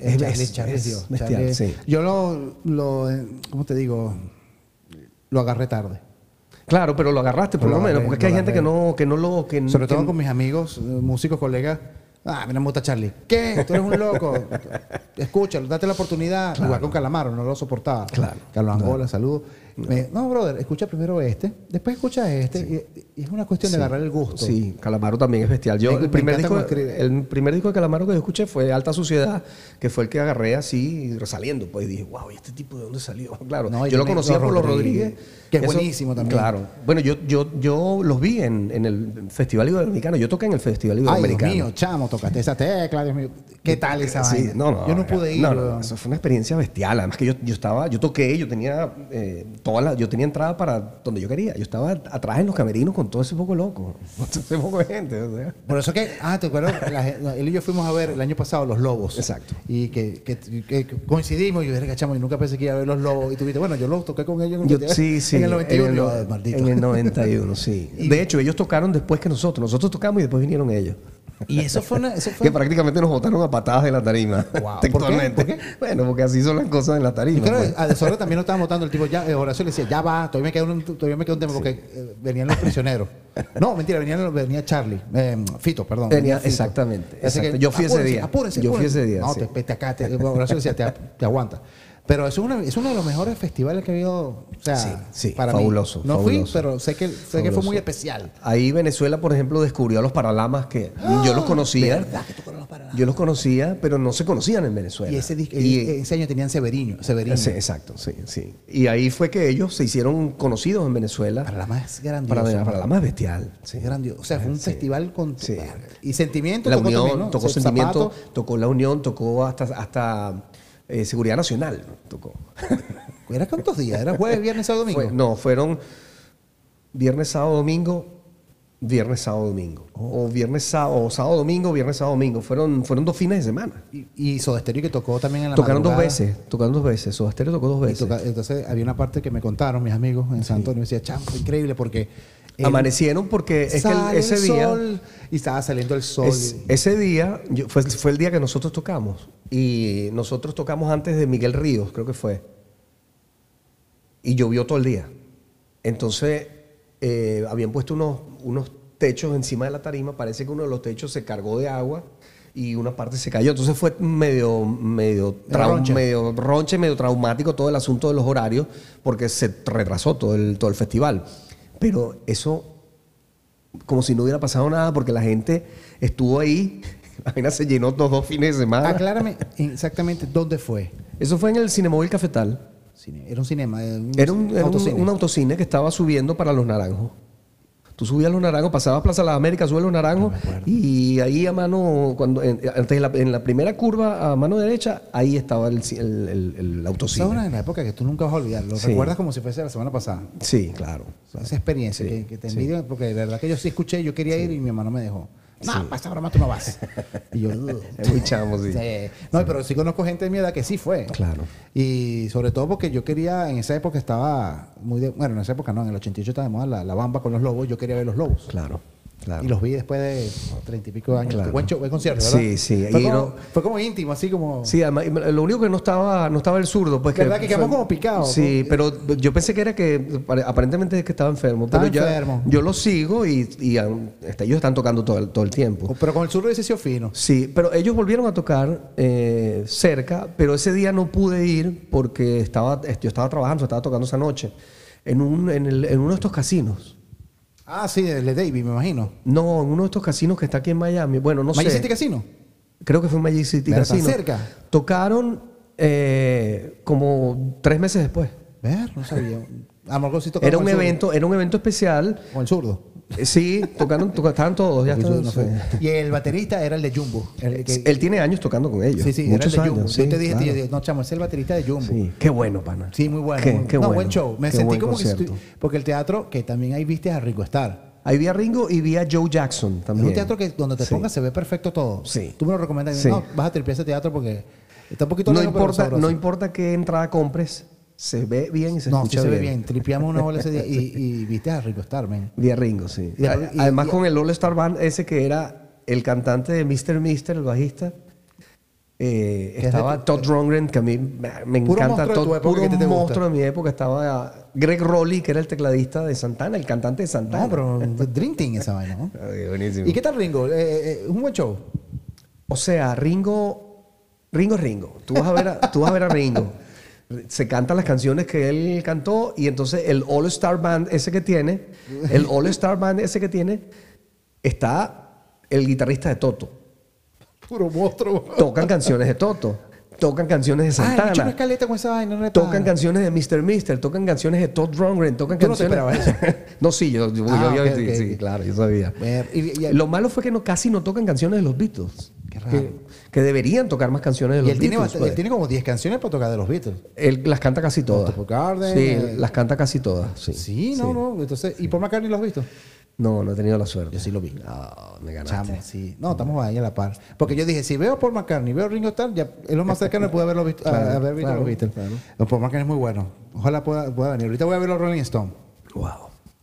[SPEAKER 3] Es,
[SPEAKER 1] Charlie,
[SPEAKER 3] es-
[SPEAKER 1] Charlie,
[SPEAKER 3] es
[SPEAKER 1] Dios,
[SPEAKER 3] bestial,
[SPEAKER 1] Charlie.
[SPEAKER 3] sí.
[SPEAKER 1] Yo lo, lo, eh, ¿cómo te digo? Lo agarré tarde.
[SPEAKER 3] Claro, pero lo agarraste por
[SPEAKER 1] Lo
[SPEAKER 3] lo, menos,
[SPEAKER 1] agarré,
[SPEAKER 3] porque es que
[SPEAKER 1] lo
[SPEAKER 3] hay gente que
[SPEAKER 1] agarré.
[SPEAKER 3] no, que no lo... Que,
[SPEAKER 1] Sobre
[SPEAKER 3] que-
[SPEAKER 1] todo con mis amigos, eh, músicos, colegas. Ah, mira, me gusta Charlie. ¿Qué? Tú eres un loco. Escúchalo, date la oportunidad. Igual con Calamaro, no lo soportaba.
[SPEAKER 3] Claro.
[SPEAKER 1] Carlos Angola, saludos. Me- no, brother, escucha primero este, después escucha este. Y, y es una cuestión de agarrar el gusto.
[SPEAKER 3] Sí, Calamaro también es bestial. Yo,
[SPEAKER 1] Me- me
[SPEAKER 3] el, primer
[SPEAKER 1] encanta
[SPEAKER 3] disco,
[SPEAKER 1] cómo escribe.
[SPEAKER 3] el primer disco de Calamaro que yo escuché fue Alta Suciedad, que fue el que agarré así, saliendo. Pues y dije, wow, ¿y este tipo de dónde salió? Claro,
[SPEAKER 1] No, y
[SPEAKER 3] yo lo
[SPEAKER 1] Ernesto
[SPEAKER 3] conocía por los
[SPEAKER 1] Rodríguez,
[SPEAKER 3] Rodríguez.
[SPEAKER 1] que es buenísimo también.
[SPEAKER 3] Claro. Bueno, yo, yo, yo los vi en, en el Festival Iberoamericano. Yo toqué en el Festival
[SPEAKER 1] Ay, Dios
[SPEAKER 3] Iberoamericano.
[SPEAKER 1] mío, chamo, tocaste esa tecla, Dios mío. ¿Qué tal esa
[SPEAKER 3] Sí,
[SPEAKER 1] vaina?
[SPEAKER 3] no, no,
[SPEAKER 1] yo no
[SPEAKER 3] venga.
[SPEAKER 1] pude ir.
[SPEAKER 3] No, no,
[SPEAKER 1] weón.
[SPEAKER 3] eso fue una experiencia bestial. Además que yo, yo estaba, yo toqué, yo tenía eh, todas las- yo tenía entrada para donde yo quería. Yo estaba atrás en los camerinos con todo ese poco loco, con todo ese poco de gente. o sea.
[SPEAKER 1] Por eso que, ah, ¿te acuerdas? La gen- no, él y yo fuimos a ver el año pasado Los Lobos.
[SPEAKER 3] Exacto.
[SPEAKER 1] Y que, que- que coincidimos y yo dije, chamo, yo nunca pensé que iba a ver Los Lobos. Y tuviste, bueno, yo los toqué con ellos en,
[SPEAKER 3] Yo-
[SPEAKER 1] el-
[SPEAKER 3] sí, sí.
[SPEAKER 1] en el 91.
[SPEAKER 3] En el,
[SPEAKER 1] Yo, "Ah, maldito".
[SPEAKER 3] en el 91, sí. De hecho, ellos tocaron después que nosotros. Nosotros tocamos y después vinieron ellos.
[SPEAKER 1] Y eso fue una... Eso fue
[SPEAKER 3] Que prácticamente nos botaron a patadas de la tarima.
[SPEAKER 1] Guau, ¿por qué?
[SPEAKER 3] textualmente.
[SPEAKER 1] ¿Por qué?
[SPEAKER 3] Bueno, porque así son las cosas en la tarima.
[SPEAKER 1] Claro,
[SPEAKER 3] pues.
[SPEAKER 1] a Desorden también lo estaban votando. El tipo ya, eh, Horacio le decía, ya va, todavía me queda un, todavía me queda un tema porque eh, venían los prisioneros. No, mentira, venían, venía Charlie, eh, Fito, perdón.
[SPEAKER 3] Venía-
[SPEAKER 1] Fito.
[SPEAKER 3] exactamente,
[SPEAKER 1] Así
[SPEAKER 3] exacto. Yo fui ese
[SPEAKER 1] apúrense,
[SPEAKER 3] día.
[SPEAKER 1] apúrense,
[SPEAKER 3] Yo fui
[SPEAKER 1] apúrense.
[SPEAKER 3] ese día,
[SPEAKER 1] No,
[SPEAKER 3] sí.
[SPEAKER 1] te, te acá, te- Horacio decía, te, te aguanta. Pero es, una, es uno de los mejores festivales que ha habido. O sea,
[SPEAKER 3] Sí, sí,
[SPEAKER 1] mí.
[SPEAKER 3] fabuloso,
[SPEAKER 1] No fui,
[SPEAKER 3] fabuloso.
[SPEAKER 1] pero sé que, sé que fue
[SPEAKER 3] Fabuloso.
[SPEAKER 1] muy especial.
[SPEAKER 3] Ahí Venezuela, por ejemplo, descubrió a los paralamas que yo los conocía. Yo los conocía, pero no se conocían en Venezuela.
[SPEAKER 1] Y ese, disc-
[SPEAKER 3] Y,
[SPEAKER 1] eh, ese año tenían Severino.
[SPEAKER 3] eh,
[SPEAKER 1] Severino.
[SPEAKER 3] sí, exacto, sí, sí. Y ahí fue que ellos se hicieron conocidos en Venezuela.
[SPEAKER 1] Para la más
[SPEAKER 3] para,
[SPEAKER 1] grandiosa.
[SPEAKER 3] la- para la más bestial. sí.
[SPEAKER 1] Grandioso. O sea, fue un
[SPEAKER 3] Ah, Sí.
[SPEAKER 1] festival con.
[SPEAKER 3] Sí.
[SPEAKER 1] Y sentimiento.
[SPEAKER 3] La
[SPEAKER 1] tocó
[SPEAKER 3] Unión,
[SPEAKER 1] también, ¿no?
[SPEAKER 3] tocó
[SPEAKER 1] Se-
[SPEAKER 3] Sentimiento,
[SPEAKER 1] Zapato.
[SPEAKER 3] tocó La Unión, tocó hasta, hasta eh, Seguridad Nacional. Tocó.
[SPEAKER 1] ¿Era cuántos días? ¿Era jueves, viernes, sábado, domingo?
[SPEAKER 3] Fue- no, fueron viernes, sábado, domingo, viernes, sábado, domingo.
[SPEAKER 1] Oh.
[SPEAKER 3] O viernes, sábado, o sábado, domingo, viernes, sábado, domingo. Fueron, fueron dos fines de semana.
[SPEAKER 1] Y, y Soda Stereo que tocó también en la
[SPEAKER 3] Tocaron dos
[SPEAKER 1] madrugada.
[SPEAKER 3] veces, tocaron dos veces. Soda Stereo tocó dos
[SPEAKER 1] Y
[SPEAKER 3] veces.
[SPEAKER 1] toca- entonces había una parte que me contaron mis amigos en San Antonio. Me decía, chamo, fue increíble porque... el-
[SPEAKER 3] Amanecieron porque es que el-
[SPEAKER 1] sale
[SPEAKER 3] ese
[SPEAKER 1] el
[SPEAKER 3] día...
[SPEAKER 1] sol, y estaba saliendo el sol.
[SPEAKER 3] Es- ese día yo- fue, fue el día que nosotros tocamos. Y nosotros tocamos antes de Miguel Ríos, creo que fue. Y llovió todo el día. Entonces, eh, habían puesto unos, unos techos encima de la tarima. Parece que uno de los techos se cargó de agua y una parte se cayó. Entonces fue medio, medio,
[SPEAKER 1] Era
[SPEAKER 3] trau-
[SPEAKER 1] ronche.
[SPEAKER 3] medio ronche, medio traumático todo el asunto de los horarios, porque se retrasó todo el, todo el festival. Pero eso como si no hubiera pasado nada porque la gente estuvo ahí. La vaina se llenó los dos fines de semana.
[SPEAKER 1] Aclárame exactamente dónde fue.
[SPEAKER 3] Eso fue en el Cinemóvil Cafetal.
[SPEAKER 1] Cine- Era un cinema. eh, Un,
[SPEAKER 3] Era, un, era un-
[SPEAKER 1] autocine.
[SPEAKER 3] un autocine que estaba subiendo para Los Naranjos. Tú subías Los Naranjos, pasabas Plaza Las Américas, subías Los Naranjos y ahí a mano, cuando en, antes de la, en la primera curva a mano derecha, ahí estaba el, ci- el- el- el
[SPEAKER 1] Esa
[SPEAKER 3] autocine.
[SPEAKER 1] es una de las épocas que tú nunca vas a olvidar. Lo
[SPEAKER 3] Sí.
[SPEAKER 1] recuerdas como si fuese la semana pasada.
[SPEAKER 3] Sí, claro.
[SPEAKER 1] Esa experiencia
[SPEAKER 3] Sí,
[SPEAKER 1] que, que te
[SPEAKER 3] sí.
[SPEAKER 1] envidio, porque de verdad que yo sí escuché, yo quería ir y mi hermano me dejó. No, para esa broma tú no vas. Y yo, "Ugh".
[SPEAKER 3] Es muy chamo, sí.
[SPEAKER 1] Sí. No, pero sí conozco gente de mi edad que sí fue.
[SPEAKER 3] Claro.
[SPEAKER 1] Y sobre todo porque yo quería, en esa época estaba muy de. Bueno, en esa época no, en el 88 estaba de moda la, la bamba con los lobos, yo quería ver los lobos.
[SPEAKER 3] Claro, claro.
[SPEAKER 1] Y los vi después de treinta y pico de años.
[SPEAKER 3] Claro.
[SPEAKER 1] Buen, show, buen concierto, ¿verdad?
[SPEAKER 3] Sí, sí.
[SPEAKER 1] Fue,
[SPEAKER 3] Y
[SPEAKER 1] como,
[SPEAKER 3] no-
[SPEAKER 1] fue como íntimo, así como.
[SPEAKER 3] Sí, además, y lo único que no estaba, no estaba el zurdo, pues
[SPEAKER 1] ¿Verdad que quedamos como picados?
[SPEAKER 3] Sí,
[SPEAKER 1] Como-
[SPEAKER 3] pero yo pensé que era que apare- aparentemente es que estaba enfermo.
[SPEAKER 1] Estaba
[SPEAKER 3] pero ya-
[SPEAKER 1] enfermo.
[SPEAKER 3] Yo lo sigo y, y, um, este, ellos están tocando todo el, todo el tiempo.
[SPEAKER 1] Pero con el sur hubiese sido fino.
[SPEAKER 3] Sí, pero ellos volvieron a tocar eh, cerca, pero ese día no pude ir porque estaba, yo estaba trabajando, estaba tocando esa noche en, un, en, el- en uno de estos casinos.
[SPEAKER 1] Ah, sí, el de David, me imagino.
[SPEAKER 3] No, en uno de estos casinos que está aquí en Miami. Bueno, no
[SPEAKER 1] Magic
[SPEAKER 3] sé.
[SPEAKER 1] City Casino?
[SPEAKER 3] Creo que fue en Magic City
[SPEAKER 1] Pero tan
[SPEAKER 3] Casino.
[SPEAKER 1] cerca.
[SPEAKER 3] Tocaron eh, como tres meses después.
[SPEAKER 1] Ver, no sabía. A lo mejor sí tocaba
[SPEAKER 3] Era
[SPEAKER 1] con
[SPEAKER 3] un
[SPEAKER 1] el zurdo.
[SPEAKER 3] evento, era un evento especial.
[SPEAKER 1] Con el zurdo.
[SPEAKER 3] Eh, Sí, tocaron, toca- estaban todos, ya
[SPEAKER 1] Porque el
[SPEAKER 3] estaban-
[SPEAKER 1] zurdo no fue. Y el baterista era el de Jumbo. el que-
[SPEAKER 3] Él tiene años tocando con ellos.
[SPEAKER 1] sí, sí,
[SPEAKER 3] muchos
[SPEAKER 1] era el de Jumbo.
[SPEAKER 3] años.
[SPEAKER 1] Yo
[SPEAKER 3] sí,
[SPEAKER 1] te dije,
[SPEAKER 3] claro.
[SPEAKER 1] tío, yo- no, chamo, ese es el baterista de Jumbo. Sí.
[SPEAKER 3] Sí, qué bueno, pana.
[SPEAKER 1] muy bueno.
[SPEAKER 3] Qué-
[SPEAKER 1] muy-
[SPEAKER 3] qué
[SPEAKER 1] no,
[SPEAKER 3] bueno.
[SPEAKER 1] buen show. Me
[SPEAKER 3] Qué
[SPEAKER 1] sentí
[SPEAKER 3] buen
[SPEAKER 1] como que
[SPEAKER 3] concierto.
[SPEAKER 1] estoy- Porque el teatro, que también ahí viste a Rico Star.
[SPEAKER 3] Ahí vi a Ringo y vi a Joe Jackson
[SPEAKER 1] Es
[SPEAKER 3] también.
[SPEAKER 1] un teatro que donde te
[SPEAKER 3] Sí.
[SPEAKER 1] pongas se ve perfecto todo.
[SPEAKER 3] Sí.
[SPEAKER 1] Tú me lo recomiendas.
[SPEAKER 3] Sí.
[SPEAKER 1] No, vas a tripear ese teatro porque está un poquito
[SPEAKER 3] No
[SPEAKER 1] largo, pero
[SPEAKER 3] importa,
[SPEAKER 1] sabroso.
[SPEAKER 3] no importa qué entrada compres, se ve bien y se
[SPEAKER 1] No, sí
[SPEAKER 3] escucha
[SPEAKER 1] se ve
[SPEAKER 3] bien.
[SPEAKER 1] bien. Tripeamos una bola ese día y, y viste a Rico Star, men.
[SPEAKER 3] Vi a Ringo, sí.
[SPEAKER 1] Y- y-
[SPEAKER 3] Además
[SPEAKER 1] Ah, y-
[SPEAKER 3] con el All Star Band ese que era el cantante de Mr. Mister, el bajista. eh,
[SPEAKER 1] es de
[SPEAKER 3] estaba Todd Rundgren, que a mí me, me
[SPEAKER 1] Puro
[SPEAKER 3] encanta.
[SPEAKER 1] monstruo de tu
[SPEAKER 3] Todd-
[SPEAKER 1] época que a ti te gusta.
[SPEAKER 3] monstruo de mi época. Estaba Greg Rowley, que era el tecladista de Santana, el cantante de Santana.
[SPEAKER 1] No, pero Dream Team esa vaina, ¿no?
[SPEAKER 3] Ay, buenísimo.
[SPEAKER 1] ¿Y qué tal Ringo? Eh, eh, un buen show.
[SPEAKER 3] O sea, Ringo, Ringo es Ringo. Tú vas a ver a, tú vas a, ver a Ringo. se cantan las canciones que él cantó y entonces el All Star Band ese que tiene, el All Star Band ese que tiene, está el guitarrista de Toto.
[SPEAKER 1] Puro monstruo.
[SPEAKER 3] Tocan canciones de Toto, tocan canciones de
[SPEAKER 1] Ah, he hecho Ah, una
[SPEAKER 3] Santana,
[SPEAKER 1] escaleta con esa vaina. no
[SPEAKER 3] tocan
[SPEAKER 1] reparo.
[SPEAKER 3] canciones de Mr. Mister, tocan canciones de Todd Rundgren, tocan
[SPEAKER 1] Tú no te
[SPEAKER 3] canciones...
[SPEAKER 1] esperabas
[SPEAKER 3] no, sí, yo, yo-
[SPEAKER 1] Ah,
[SPEAKER 3] yo-
[SPEAKER 1] ok,
[SPEAKER 3] sí,
[SPEAKER 1] ok,
[SPEAKER 3] sí,
[SPEAKER 1] ok.
[SPEAKER 3] claro, yo sabía.
[SPEAKER 1] Ver, y- y-
[SPEAKER 3] Lo malo fue que no, casi no tocan canciones de los Beatles. Qué raro. Que deberían tocar más canciones de los
[SPEAKER 1] Y él tiene,
[SPEAKER 3] Beatles.
[SPEAKER 1] bast-
[SPEAKER 3] pues.
[SPEAKER 1] él tiene como 10 canciones para tocar de los Beatles.
[SPEAKER 3] Él las canta casi todas.
[SPEAKER 1] Topper Garden,
[SPEAKER 3] sí,
[SPEAKER 1] eh.
[SPEAKER 3] las canta casi todas. Sí,
[SPEAKER 1] Sí, no, no. Entonces, ¿y Paul McCartney lo has visto?
[SPEAKER 3] No, no he tenido la suerte.
[SPEAKER 1] Yo sí lo vi.
[SPEAKER 3] Ah, me ganaste.
[SPEAKER 1] Chamo, sí. No, estamos ahí a la par. Porque yo dije, si veo a Paul McCartney, veo a Ringo Starr, ya es lo más cercano que pude haberlo visto, a-
[SPEAKER 3] Claro,
[SPEAKER 1] haber visto a los
[SPEAKER 3] claro,
[SPEAKER 1] Beatles.
[SPEAKER 3] claro.
[SPEAKER 1] Pero Paul McCartney es muy bueno. Ojalá pueda, pueda venir. Ahorita voy a ver a los Rolling Stone.
[SPEAKER 3] Wow.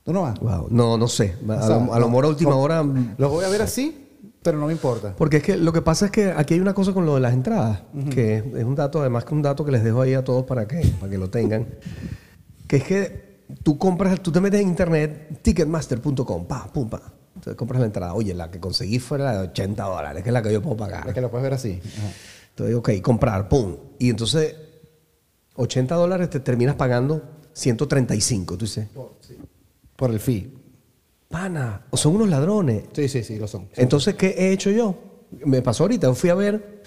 [SPEAKER 1] ¿Tú no vas?
[SPEAKER 3] Wow. No, no sé. A,
[SPEAKER 1] O sea,
[SPEAKER 3] lo, a lo
[SPEAKER 1] no,
[SPEAKER 3] mejor a última
[SPEAKER 1] no.
[SPEAKER 3] hora.
[SPEAKER 1] Los voy a ver así, pero no me importa.
[SPEAKER 3] Porque es que lo que pasa es que aquí hay una cosa con lo de las entradas, que es un dato, además que un dato que les dejo ahí a todos para que, para que lo tengan, que es que tú compras, tú te metes en internet, ticketmaster.com, pa, pum, pa. Entonces compras la entrada. Oye, la que conseguí fue la de 80 dólares, que es la que yo puedo pagar.
[SPEAKER 1] Es que lo puedes ver así. Ah. Ajá.
[SPEAKER 3] Entonces, ok, comprar, pum. Y entonces, 80 dólares te terminas pagando 135. Tú dices,
[SPEAKER 1] Por el fee.
[SPEAKER 3] pana, o son unos ladrones.
[SPEAKER 1] Sí, sí, sí, lo son.
[SPEAKER 3] Entonces, ¿qué he hecho yo? Me pasó ahorita, fui a ver.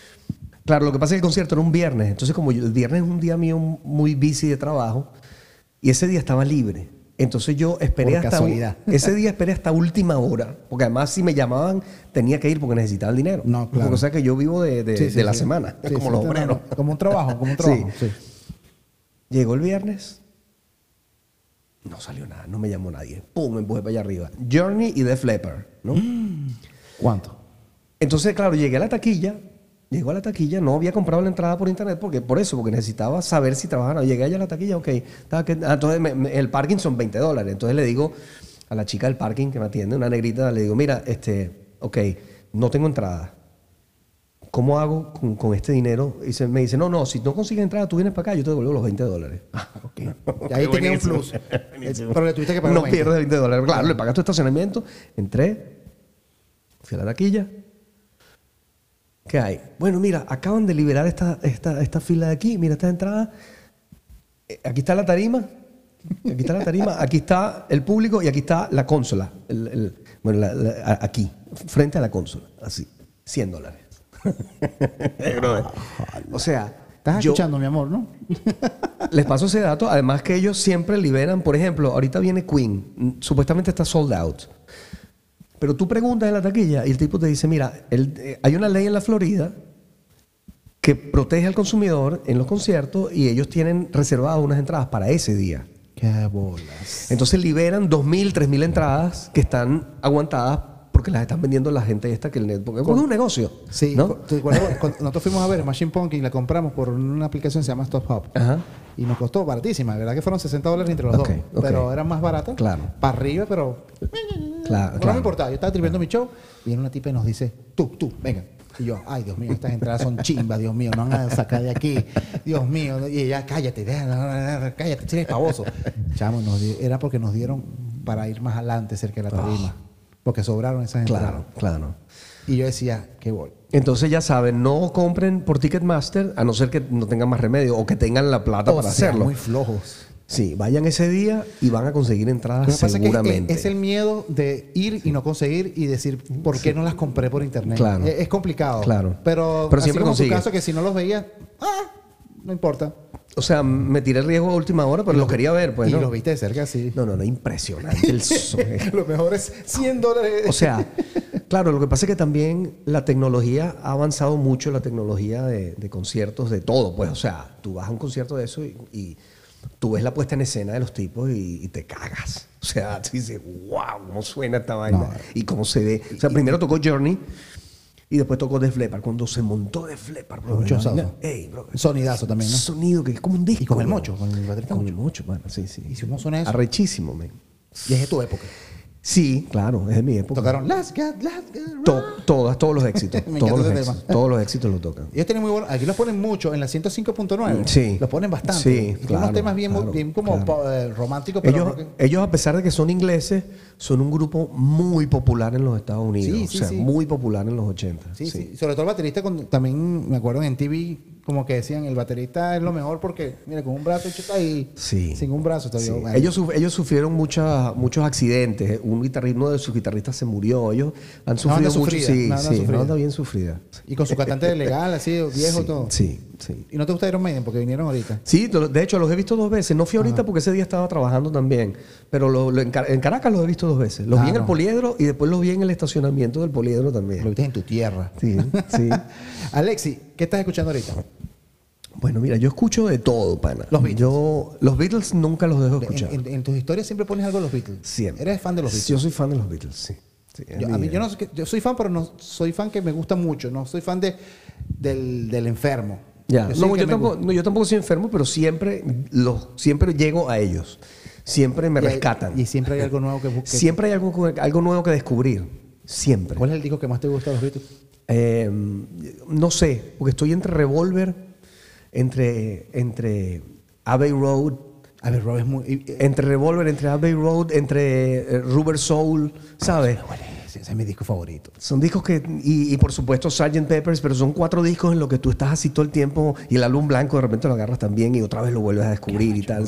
[SPEAKER 3] Claro, lo que pasa es que el concierto era un viernes. Entonces, como yo- el viernes es un día mío muy busy de trabajo, y ese día estaba libre. Entonces yo esperé
[SPEAKER 1] Por
[SPEAKER 3] hasta
[SPEAKER 1] casualidad.
[SPEAKER 3] ese día esperé hasta última hora, porque además si me llamaban tenía que ir porque necesitaba el dinero.
[SPEAKER 1] No, claro.
[SPEAKER 3] Porque, o sea que yo vivo de, de-
[SPEAKER 1] Sí, sí,
[SPEAKER 3] de la
[SPEAKER 1] sí.
[SPEAKER 3] semana,
[SPEAKER 1] Sí,
[SPEAKER 3] como
[SPEAKER 1] sí,
[SPEAKER 3] los
[SPEAKER 1] no, no,
[SPEAKER 3] obreros.
[SPEAKER 1] Como un trabajo, como un
[SPEAKER 3] Sí.
[SPEAKER 1] trabajo. sí.
[SPEAKER 3] Llegó el viernes. No salió nada, no me llamó nadie. Pum, me empujé para allá arriba. Journey y Def Leppard, ¿no?
[SPEAKER 1] ¿Cuánto?
[SPEAKER 3] Entonces, claro, llegué a la taquilla. Llegó a la taquilla, no había comprado la entrada por internet porque por eso, porque necesitaba saber si trabajaban. Llegué allá a la taquilla, ok. estaba que- ah, entonces, me- me- el parking son 20 dólares. Entonces le digo a la chica del parking que me atiende, una negrita, le digo, mira, este, ok, no tengo entrada. ¿Cómo hago con, con este dinero? Y se- me dice, no, no, si no consigues entrada, tú vienes para acá, yo te devuelvo los 20 dólares.
[SPEAKER 1] Y ahí tenía un plus. Pero le tuviste que pagar
[SPEAKER 3] No
[SPEAKER 1] 20.
[SPEAKER 3] pierdes 20 dólares. Claro, le pagas tu estacionamiento. Entré, fui a la taquilla. ¿Qué hay? Bueno, mira, acaban de liberar esta, esta, esta fila de aquí. Mira, esta entrada. Eh, Aquí está la tarima. Aquí está la tarima. Aquí está el público y aquí está la consola. El- el- bueno, la- la- a- aquí, frente a la consola. Así, 100 dólares. Brother. o sea,
[SPEAKER 1] Estás
[SPEAKER 3] yo-
[SPEAKER 1] escuchando, mi amor, ¿no?
[SPEAKER 3] les paso ese dato, además que ellos siempre liberan, por ejemplo, ahorita viene Queen, mm, supuestamente está sold out. Pero tú preguntas en la taquilla y el tipo te dice, mira, el- eh, hay una ley en la Florida que protege al consumidor en los conciertos y ellos tienen reservadas unas entradas para ese día.
[SPEAKER 1] Qué bolas.
[SPEAKER 3] Entonces liberan 2.000, 3.000 entradas que están aguantadas porque las están vendiendo la gente esta que el net- porque es un negocio.
[SPEAKER 1] Sí,
[SPEAKER 3] ¿no?
[SPEAKER 1] cu- tú- cuando- cuando nosotros fuimos a ver Machine Punk y la compramos por una aplicación que se llama Stop Hop.
[SPEAKER 3] Ajá.
[SPEAKER 1] Y nos costó baratísima, ¿verdad? Que fueron 60 dólares entre los
[SPEAKER 3] Ok,
[SPEAKER 1] dos.
[SPEAKER 3] ok.
[SPEAKER 1] Pero era más barata.
[SPEAKER 3] Claro.
[SPEAKER 1] Para arriba, pero
[SPEAKER 3] Claro,
[SPEAKER 1] no
[SPEAKER 3] Ah, claro.
[SPEAKER 1] me importaba. Yo estaba escribiendo mi show. Viene una tipa y nos dice, tú, tú, venga. Y yo, ay, Dios mío, estas entradas son chimbas, Dios mío, no van a sacar de aquí. Dios mío. Y ella, cállate, deja, no, no, no, cállate, chile pavoso. Chamo, nos di- era porque nos dieron para ir más adelante cerca de la tarima. Porque sobraron esas entradas.
[SPEAKER 3] Ah. Claro, claro.
[SPEAKER 1] Y yo decía, qué bol.
[SPEAKER 3] Entonces ya saben, no compren por Ticketmaster a no ser que no tengan más remedio o que tengan la plata para
[SPEAKER 1] O sea,
[SPEAKER 3] hacerlo.
[SPEAKER 1] Muy flojos.
[SPEAKER 3] Sí, vayan ese día y van a conseguir entradas
[SPEAKER 1] Lo que pasa es que es-
[SPEAKER 3] seguramente.
[SPEAKER 1] es, el miedo de ir y no conseguir y decir por qué no las compré por internet.
[SPEAKER 3] Claro.
[SPEAKER 1] Es, es complicado.
[SPEAKER 3] Claro.
[SPEAKER 1] Pero,
[SPEAKER 3] Pero
[SPEAKER 1] así
[SPEAKER 3] siempre
[SPEAKER 1] como en
[SPEAKER 3] consigues.
[SPEAKER 1] tu caso que si no los veías, ah, no importa.
[SPEAKER 3] O sea, me tiré el riesgo a última hora, pero lo quería ver, pues.
[SPEAKER 1] y
[SPEAKER 3] ¿no?
[SPEAKER 1] los viste de cerca, sí.
[SPEAKER 3] no, no, no, impresionante el sonido.
[SPEAKER 1] Lo mejor es 100 dólares.
[SPEAKER 3] O sea, claro, lo que pasa es que también la tecnología ha avanzado mucho, la tecnología de, de conciertos, de todo. Pues, o sea, tú vas a un concierto de eso y, y tú ves la puesta en escena de los tipos y, y te cagas. O sea, tú dices, wow, cómo suena esta vaina y cómo se ve. O sea, primero tocó Journey y después tocó Def Leppard. Cuando se montó Def Leppard, bro,
[SPEAKER 1] Mucho
[SPEAKER 3] la
[SPEAKER 1] sabor.
[SPEAKER 3] vaina- ey, bro,
[SPEAKER 1] Sonidazo también, ¿no?
[SPEAKER 3] Sonido que es como un disco.
[SPEAKER 1] Y con el
[SPEAKER 3] bro.
[SPEAKER 1] mocho, con el baterista
[SPEAKER 3] Con el mocho, mano, sí, sí.
[SPEAKER 1] ¿Y si cómo suena eso?
[SPEAKER 3] Arrechísimo, men.
[SPEAKER 1] Y es de tu época.
[SPEAKER 3] Sí, claro, es de mi época.
[SPEAKER 1] Tocaron Last God, Last God.
[SPEAKER 3] To- todas, todos los éxitos.
[SPEAKER 1] Me encanta
[SPEAKER 3] todos, los
[SPEAKER 1] ese
[SPEAKER 3] éxitos
[SPEAKER 1] tema.
[SPEAKER 3] todos los éxitos lo tocan.
[SPEAKER 1] Ellos tienen muy buenos. Aquí los ponen mucho en la 105.9.
[SPEAKER 3] Sí.
[SPEAKER 1] Los ponen bastante.
[SPEAKER 3] Sí,
[SPEAKER 1] Y tienen
[SPEAKER 3] claro,
[SPEAKER 1] unos temas bien,
[SPEAKER 3] claro,
[SPEAKER 1] bien como
[SPEAKER 3] claro.
[SPEAKER 1] po- eh, románticos, pero.
[SPEAKER 3] Ellos,
[SPEAKER 1] rock-
[SPEAKER 3] ellos, a pesar de que son ingleses, son un grupo muy popular en los Estados Unidos.
[SPEAKER 1] Sí, sí,
[SPEAKER 3] o sea,
[SPEAKER 1] sí.
[SPEAKER 3] muy popular en los 80.
[SPEAKER 1] Sí,
[SPEAKER 3] sí.
[SPEAKER 1] sí. Sobre todo el baterista, con- también me acuerdo en TV, como que decían, el baterista es lo mejor porque, mira, con un brazo hecho está ahí.
[SPEAKER 3] Sí.
[SPEAKER 1] Sin un brazo está
[SPEAKER 3] Sí.
[SPEAKER 1] yo, bueno.
[SPEAKER 3] Ellos, suf- ellos sufrieron muchas, muchos accidentes. eh, Un guitarri- uno de sus guitarristas se murió. Ellos han
[SPEAKER 1] banda
[SPEAKER 3] sufrido mucho.
[SPEAKER 1] sufrida,
[SPEAKER 3] Sí,
[SPEAKER 1] una banda
[SPEAKER 3] sí,
[SPEAKER 1] sufrida.
[SPEAKER 3] una banda bien sufrida.
[SPEAKER 1] Y con su cantante legal, así, viejo,
[SPEAKER 3] sí,
[SPEAKER 1] todo.
[SPEAKER 3] Sí, sí.
[SPEAKER 1] ¿Y no te gusta Iron Maiden? Porque vinieron ahorita.
[SPEAKER 3] Sí, to- de hecho los he visto dos veces. No fui ahorita porque ese día estaba trabajando también. Pero lo- lo en, Car- en Caracas los he visto dos veces. Los vi en
[SPEAKER 1] Claro.
[SPEAKER 3] el poliedro y después los vi en el estacionamiento del poliedro
[SPEAKER 1] Lo
[SPEAKER 3] también.
[SPEAKER 1] viste en tu tierra.
[SPEAKER 3] Sí, sí.
[SPEAKER 1] Alexi, ¿qué estás escuchando ahorita?
[SPEAKER 3] Bueno, mira, yo escucho de todo, pana.
[SPEAKER 1] Los Beatles.
[SPEAKER 3] Yo, los Beatles nunca los dejo escuchar.
[SPEAKER 1] En, en- en tus historias siempre pones algo de los Beatles.
[SPEAKER 3] Siempre.
[SPEAKER 1] Eres fan de los Beatles.
[SPEAKER 3] Yo soy fan de los Beatles, sí. Sí, es
[SPEAKER 1] Yo,
[SPEAKER 3] mi-
[SPEAKER 1] a mí- yo no sé qué- yo soy fan, pero no soy fan que me gusta mucho. No soy fan de, del, del enfermo.
[SPEAKER 3] Ya.
[SPEAKER 1] soy el
[SPEAKER 3] No,
[SPEAKER 1] que
[SPEAKER 3] yo
[SPEAKER 1] me
[SPEAKER 3] tampoco,
[SPEAKER 1] gusta.
[SPEAKER 3] no, yo tampoco soy enfermo, pero siempre, los, siempre llego a ellos. Siempre me
[SPEAKER 1] Y hay-
[SPEAKER 3] rescatan.
[SPEAKER 1] Y siempre hay algo nuevo que busques.
[SPEAKER 3] siempre hay algo, algo nuevo que descubrir. Siempre.
[SPEAKER 1] ¿Cuál es el disco que más te gusta de los Beatles?
[SPEAKER 3] Eh, no sé, porque estoy entre Revolver, entre, entre Abbey Road,
[SPEAKER 1] A ver, Rob es muy. y- y-
[SPEAKER 3] entre Revolver, entre Abbey Road, entre eh, Rubber Soul, ¿sabes?
[SPEAKER 1] Ese ese es mi disco favorito.
[SPEAKER 3] Son discos que, y, y por supuesto Sgt. Peppers, pero son cuatro discos en los que tú estás así todo el tiempo y el álbum blanco de repente lo agarras también y otra vez lo vuelves a descubrir y tal.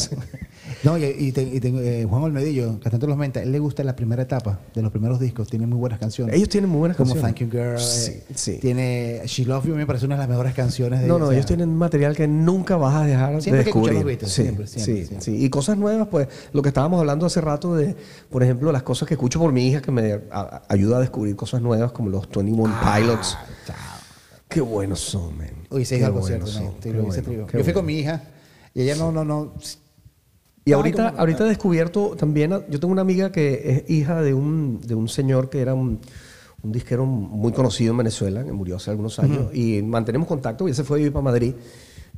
[SPEAKER 1] No, y, y te- y te- eh, Juan Olmedillo, cantante de los Menta, él le gusta la primera etapa de los primeros discos. Tiene muy buenas canciones.
[SPEAKER 3] Ellos tienen muy buenas
[SPEAKER 1] Como
[SPEAKER 3] canciones.
[SPEAKER 1] Thank You Girl. eh,
[SPEAKER 3] Sí, sí.
[SPEAKER 1] Tiene She Love You, me parece una de las mejores canciones de
[SPEAKER 3] No,
[SPEAKER 1] ellos,
[SPEAKER 3] no,
[SPEAKER 1] o sea,
[SPEAKER 3] ellos tienen material que nunca vas a dejar
[SPEAKER 1] Siempre hay
[SPEAKER 3] de
[SPEAKER 1] que escuchar
[SPEAKER 3] descubrir.
[SPEAKER 1] los Beatles,
[SPEAKER 3] sí,
[SPEAKER 1] siempre, siempre,
[SPEAKER 3] sí,
[SPEAKER 1] siempre.
[SPEAKER 3] sí. Y cosas nuevas, pues, lo que estábamos hablando hace rato de, por ejemplo, las cosas que escucho por mi hija que me a- a- ayuda a descubrir cosas nuevas como los 21 Pilots. Qué buenos son, man.
[SPEAKER 1] Ah, Oye, sí, es
[SPEAKER 3] Qué
[SPEAKER 1] algo
[SPEAKER 3] buenos
[SPEAKER 1] cierto. ¿no?
[SPEAKER 3] son,
[SPEAKER 1] Te
[SPEAKER 3] qué
[SPEAKER 1] lo hice
[SPEAKER 3] bueno,
[SPEAKER 1] trío. Yo
[SPEAKER 3] qué
[SPEAKER 1] fui con
[SPEAKER 3] bueno.
[SPEAKER 1] mi hija y ella no, no, no.
[SPEAKER 3] Y
[SPEAKER 1] Ay,
[SPEAKER 3] ahorita,
[SPEAKER 1] cómo-
[SPEAKER 3] ahorita he descubierto también, a- yo tengo una amiga que es hija de un, de un señor que era un, un disquero muy conocido en Venezuela, que murió hace algunos años, y mantenemos contacto, y él se fue a vivir para Madrid,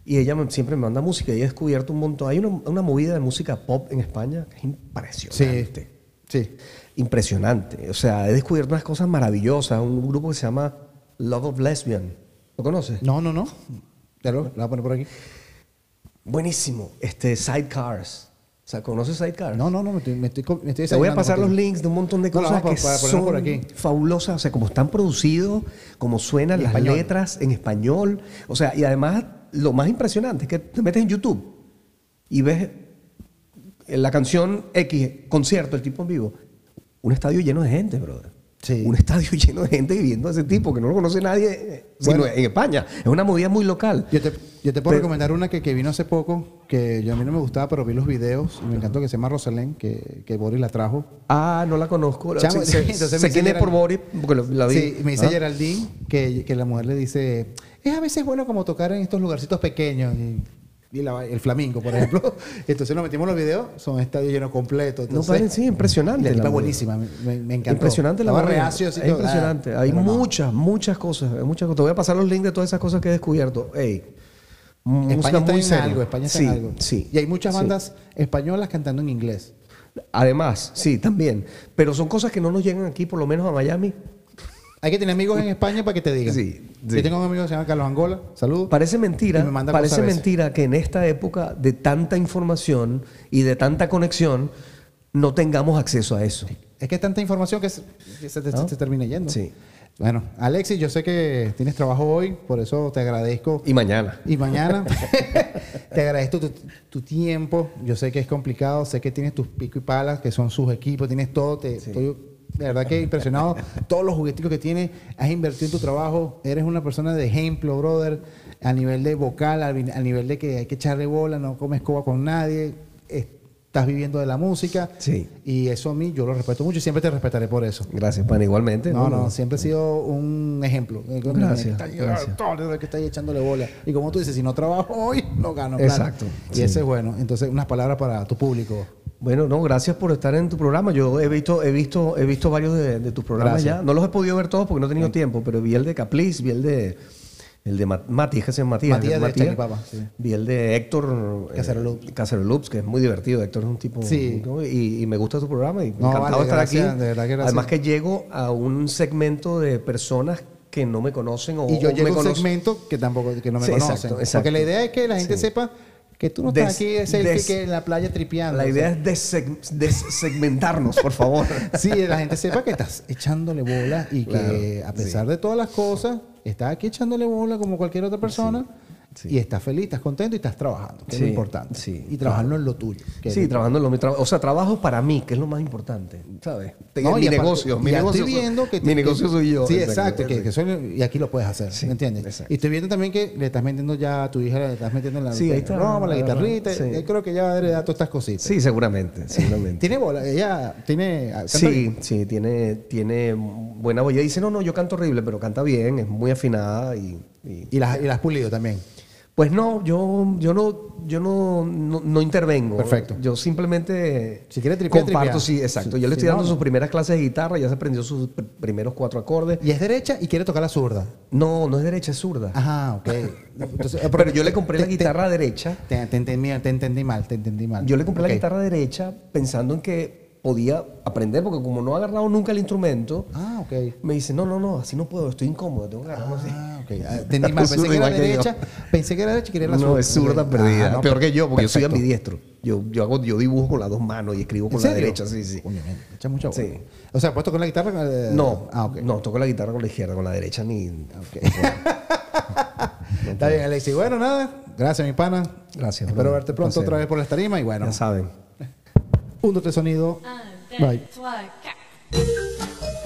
[SPEAKER 3] y ella me- siempre me manda música, y he descubierto un montón, hay una, una movida de música pop en España que es
[SPEAKER 1] Sí.
[SPEAKER 3] impresionante,
[SPEAKER 1] Sí.
[SPEAKER 3] impresionante, o sea, he descubierto unas cosas maravillosas, un grupo que se llama Love of Lesbian, ¿lo conoces?
[SPEAKER 1] No, no, no. Ya lo, la voy a poner por aquí.
[SPEAKER 3] Buenísimo, este, Sidecars, o sea, ¿conoces Sidecars?
[SPEAKER 1] No, no, no, me estoy, me estoy, co- me estoy
[SPEAKER 3] Te voy a
[SPEAKER 1] desayunando
[SPEAKER 3] pasar los
[SPEAKER 1] contigo.
[SPEAKER 3] links de un montón de
[SPEAKER 1] No, la
[SPEAKER 3] cosas
[SPEAKER 1] vamos
[SPEAKER 3] que
[SPEAKER 1] a- para ponerla
[SPEAKER 3] son
[SPEAKER 1] por aquí.
[SPEAKER 3] fabulosas, o sea, como están producidos, como suenan
[SPEAKER 1] En
[SPEAKER 3] las
[SPEAKER 1] español.
[SPEAKER 3] letras en español, o sea, y además lo más impresionante es que te metes en YouTube y ves la canción X, concierto, el tipo en vivo, un estadio lleno de gente, brother.
[SPEAKER 1] Sí.
[SPEAKER 3] Un estadio lleno de gente viviendo a ese tipo que no lo conoce nadie, eh, sino
[SPEAKER 1] Bueno.
[SPEAKER 3] en España. Es una movida muy local.
[SPEAKER 1] Yo te, yo te puedo
[SPEAKER 3] Pero-
[SPEAKER 1] recomendar una que, que vino hace poco, que yo a mí no me gustaba, pero vi los videos y me encantó, que se llama Rosalén, que, que Boris la trajo.
[SPEAKER 3] Ah, no la conozco.
[SPEAKER 1] Chamo,
[SPEAKER 3] Sí, sé-
[SPEAKER 1] entonces me
[SPEAKER 3] sé quién
[SPEAKER 1] dice
[SPEAKER 3] es por
[SPEAKER 1] Gerald-
[SPEAKER 3] Boris, porque lo- la vi.
[SPEAKER 1] Sí, me dice
[SPEAKER 3] Ah.
[SPEAKER 1] Geraldine que, que la mujer le dice, es a veces bueno como tocar en estos lugarcitos pequeños. Y, y la- el flamingo, por ejemplo. Entonces nos metimos en los videos, son estadios llenos completo.
[SPEAKER 3] No,
[SPEAKER 1] Entonces,
[SPEAKER 3] padre, sí, impresionante.
[SPEAKER 1] La tipa
[SPEAKER 3] la
[SPEAKER 1] buenísima, me, me- me encantó.
[SPEAKER 3] Impresionante la
[SPEAKER 1] Estaba
[SPEAKER 3] movida.
[SPEAKER 1] reacio, así
[SPEAKER 3] Es
[SPEAKER 1] todo, ah,
[SPEAKER 3] impresionante. Hay
[SPEAKER 1] pero no.
[SPEAKER 3] muchas, muchas cosas, hay muchas cosas. Te voy a pasar los links de todas esas cosas que he descubierto. Ey,
[SPEAKER 1] España
[SPEAKER 3] música
[SPEAKER 1] está
[SPEAKER 3] muy
[SPEAKER 1] en
[SPEAKER 3] seria.
[SPEAKER 1] algo, España está
[SPEAKER 3] sí,
[SPEAKER 1] en algo.
[SPEAKER 3] Sí.
[SPEAKER 1] Y hay muchas
[SPEAKER 3] sí.
[SPEAKER 1] bandas españolas cantando en inglés.
[SPEAKER 3] Además, sí, también. Pero son cosas que no nos llegan aquí, por lo menos a Miami.
[SPEAKER 1] Hay que tener amigos en España para que te digan.
[SPEAKER 3] Sí, sí.
[SPEAKER 1] Yo tengo un amigo que se llama Carlos Angola. Saludos.
[SPEAKER 3] Parece mentira,
[SPEAKER 1] Y me manda
[SPEAKER 3] parece
[SPEAKER 1] cosas a veces.
[SPEAKER 3] mentira que en esta época de tanta información y de tanta conexión no tengamos acceso a eso.
[SPEAKER 1] Es que es tanta información que se, que se te,
[SPEAKER 3] ¿No?
[SPEAKER 1] se termina yendo.
[SPEAKER 3] Sí.
[SPEAKER 1] Bueno, Alexis, yo sé que tienes trabajo hoy, por eso te agradezco.
[SPEAKER 3] Y mañana.
[SPEAKER 1] Y mañana te agradezco tu, tu tiempo. Yo sé que es complicado, sé que tienes tus pico y palas, que son sus equipos, tienes todo. Te, Estoy de verdad que impresionado. Todos los jugueticos que tienes, has invertido en tu trabajo. Eres una persona de ejemplo, brother. A nivel de vocal, a, vi- a nivel de que hay que echarle bola, no comes coba con nadie. Estás viviendo de la música.
[SPEAKER 3] Sí.
[SPEAKER 1] Y eso a mí yo lo respeto mucho y siempre te respetaré por eso.
[SPEAKER 3] Gracias, Pan. Igualmente.
[SPEAKER 1] No, no, siempre ha sido un ejemplo. El que
[SPEAKER 3] Gracias,
[SPEAKER 1] está ahí,
[SPEAKER 3] gracias.
[SPEAKER 1] todo el que está ahí echándole bola. Y como tú dices, si no trabajo hoy, no gano. plata.
[SPEAKER 3] Exacto,
[SPEAKER 1] Y
[SPEAKER 3] sí.
[SPEAKER 1] ese es bueno. Entonces, unas palabras para tu público.
[SPEAKER 3] Bueno, no, gracias por estar en tu programa. Yo he visto, he visto, he visto varios de, de tus programas
[SPEAKER 1] Gracias.
[SPEAKER 3] ya. No los he podido ver todos porque no he tenido tiempo, pero vi el de Capliz, vi el de el de Ma- Matías, que se llama Matías.
[SPEAKER 1] Matías
[SPEAKER 3] ¿no?
[SPEAKER 1] de Chaquipapa, sí.
[SPEAKER 3] Vi el de Héctor eh,
[SPEAKER 1] Cacerolups.
[SPEAKER 3] Cacerolups, que es muy divertido. Héctor es un tipo
[SPEAKER 1] Sí.
[SPEAKER 3] ¿no? y, y me gusta tu programa y
[SPEAKER 1] No,
[SPEAKER 3] encantado
[SPEAKER 1] vale,
[SPEAKER 3] de estar
[SPEAKER 1] gracias,
[SPEAKER 3] aquí.
[SPEAKER 1] de verdad que gracias.
[SPEAKER 3] Además que llego a un segmento de personas que no me conocen o,
[SPEAKER 1] y yo
[SPEAKER 3] o
[SPEAKER 1] llego a
[SPEAKER 3] me
[SPEAKER 1] un
[SPEAKER 3] conocen.
[SPEAKER 1] segmento que tampoco que no me
[SPEAKER 3] Sí,
[SPEAKER 1] conocen.
[SPEAKER 3] exacto, exacto.
[SPEAKER 1] Porque la idea es que la gente
[SPEAKER 3] Sí.
[SPEAKER 1] sepa que tú no estás
[SPEAKER 3] Des-
[SPEAKER 1] aquí de selfie
[SPEAKER 3] des-
[SPEAKER 1] que en la playa tripeando.
[SPEAKER 3] La
[SPEAKER 1] O
[SPEAKER 3] idea
[SPEAKER 1] sea,
[SPEAKER 3] es desseg- dessegmentarnos, por favor.
[SPEAKER 1] Sí, la gente sepa que estás echándole bola y que
[SPEAKER 3] Claro,
[SPEAKER 1] a pesar de todas las cosas, estás aquí echándole bola como cualquier otra persona
[SPEAKER 3] Sí.
[SPEAKER 1] Y estás feliz, estás contento y estás trabajando, que es lo
[SPEAKER 3] Sí,
[SPEAKER 1] importante.
[SPEAKER 3] sí,
[SPEAKER 1] y trabajando en lo tuyo. que es
[SPEAKER 3] Sí,
[SPEAKER 1] lo-
[SPEAKER 3] trabajando en lo mío. Tra- O sea, trabajo para mí, que es lo más importante, ¿sabes? Tengo
[SPEAKER 1] No,
[SPEAKER 3] mi
[SPEAKER 1] y aparte-
[SPEAKER 3] negocio, mi
[SPEAKER 1] ya
[SPEAKER 3] negocio.
[SPEAKER 1] estoy
[SPEAKER 3] soy-
[SPEAKER 1] viendo que
[SPEAKER 3] mi
[SPEAKER 1] que-
[SPEAKER 3] negocio soy yo.
[SPEAKER 1] Sí, exacto, que, que
[SPEAKER 3] perfecto.
[SPEAKER 1] soy- y aquí lo puedes hacer,
[SPEAKER 3] Sí,
[SPEAKER 1] ¿me entiendes?
[SPEAKER 3] exacto.
[SPEAKER 1] Y estoy viendo también que le estás metiendo ya a tu hija, le estás metiendo en la,
[SPEAKER 3] Sí, ahí está.
[SPEAKER 1] Roma, la guitarrita,
[SPEAKER 3] Sí.
[SPEAKER 1] yo creo que ya va a heredar todas estas cositas.
[SPEAKER 3] Sí, seguramente, seguramente.
[SPEAKER 1] Tiene bola, ella tiene canta
[SPEAKER 3] Sí,
[SPEAKER 1] bien.
[SPEAKER 3] sí, tiene, tiene buena voz. Ella dice, no, no, yo canto horrible, pero canta bien, es muy afinada y... y-
[SPEAKER 1] y las y las pulido también.
[SPEAKER 3] Pues no, yo, yo no, yo no, no, no intervengo.
[SPEAKER 1] Perfecto.
[SPEAKER 3] Yo simplemente
[SPEAKER 1] Si quiere tripear,
[SPEAKER 3] comparto,
[SPEAKER 1] tripea.
[SPEAKER 3] sí, exacto.
[SPEAKER 1] Si-
[SPEAKER 3] yo le
[SPEAKER 1] si
[SPEAKER 3] estoy
[SPEAKER 1] no,
[SPEAKER 3] dando
[SPEAKER 1] no.
[SPEAKER 3] sus primeras clases de guitarra, ya se aprendió sus pr- primeros cuatro acordes.
[SPEAKER 1] Y es derecha y quiere tocar la zurda.
[SPEAKER 3] No, no es derecha, es zurda.
[SPEAKER 1] Ajá, ok. Entonces, eh,
[SPEAKER 3] Pero yo le compré la
[SPEAKER 1] te- te-
[SPEAKER 3] guitarra derecha.
[SPEAKER 1] Te, te entendí, te entendí mal, te entendí mal.
[SPEAKER 3] Yo le compré
[SPEAKER 1] Ok.
[SPEAKER 3] la guitarra derecha pensando en que podía aprender, porque como no ha agarrado nunca el instrumento,
[SPEAKER 1] Ah, ok.
[SPEAKER 3] me dice, no, no, no, así no puedo, estoy incómodo, tengo que agarrarlo así.
[SPEAKER 1] Ah, ok. Ah, Entendí mal. Pensé
[SPEAKER 3] Zurda
[SPEAKER 1] que era
[SPEAKER 3] igual que yo.
[SPEAKER 1] derecha. Pensé que era derecha y quería la
[SPEAKER 3] no,
[SPEAKER 1] zurda.
[SPEAKER 3] es zurda
[SPEAKER 1] Ok.
[SPEAKER 3] perdida.
[SPEAKER 1] Ah, no,
[SPEAKER 3] Peor que yo, porque yo soy
[SPEAKER 1] perfecto.
[SPEAKER 3] ambidiestro. Yo, yo, hago, yo dibujo con las dos manos y escribo con
[SPEAKER 1] ¿En
[SPEAKER 3] la
[SPEAKER 1] serio?
[SPEAKER 3] derecha, sí, sí.
[SPEAKER 1] Coño, men, echa mucha bola.
[SPEAKER 3] Sí.
[SPEAKER 1] O sea, ¿puedes tocar la guitarra? con la-
[SPEAKER 3] No,
[SPEAKER 1] Ah, ok. Ah,
[SPEAKER 3] no, toco la guitarra con la izquierda, con la derecha ni...
[SPEAKER 1] Está bien, Alexis. Bueno, nada. Gracias, mi pana.
[SPEAKER 3] Gracias,
[SPEAKER 1] Espero
[SPEAKER 3] brother.
[SPEAKER 1] verte pronto
[SPEAKER 3] Placer.
[SPEAKER 1] otra vez por las tarimas y bueno.
[SPEAKER 3] Ya saben.
[SPEAKER 1] Un, dos, tres sonido.
[SPEAKER 2] Un, deux,
[SPEAKER 1] Bye.
[SPEAKER 2] trois, quatre.
[SPEAKER 4] Thank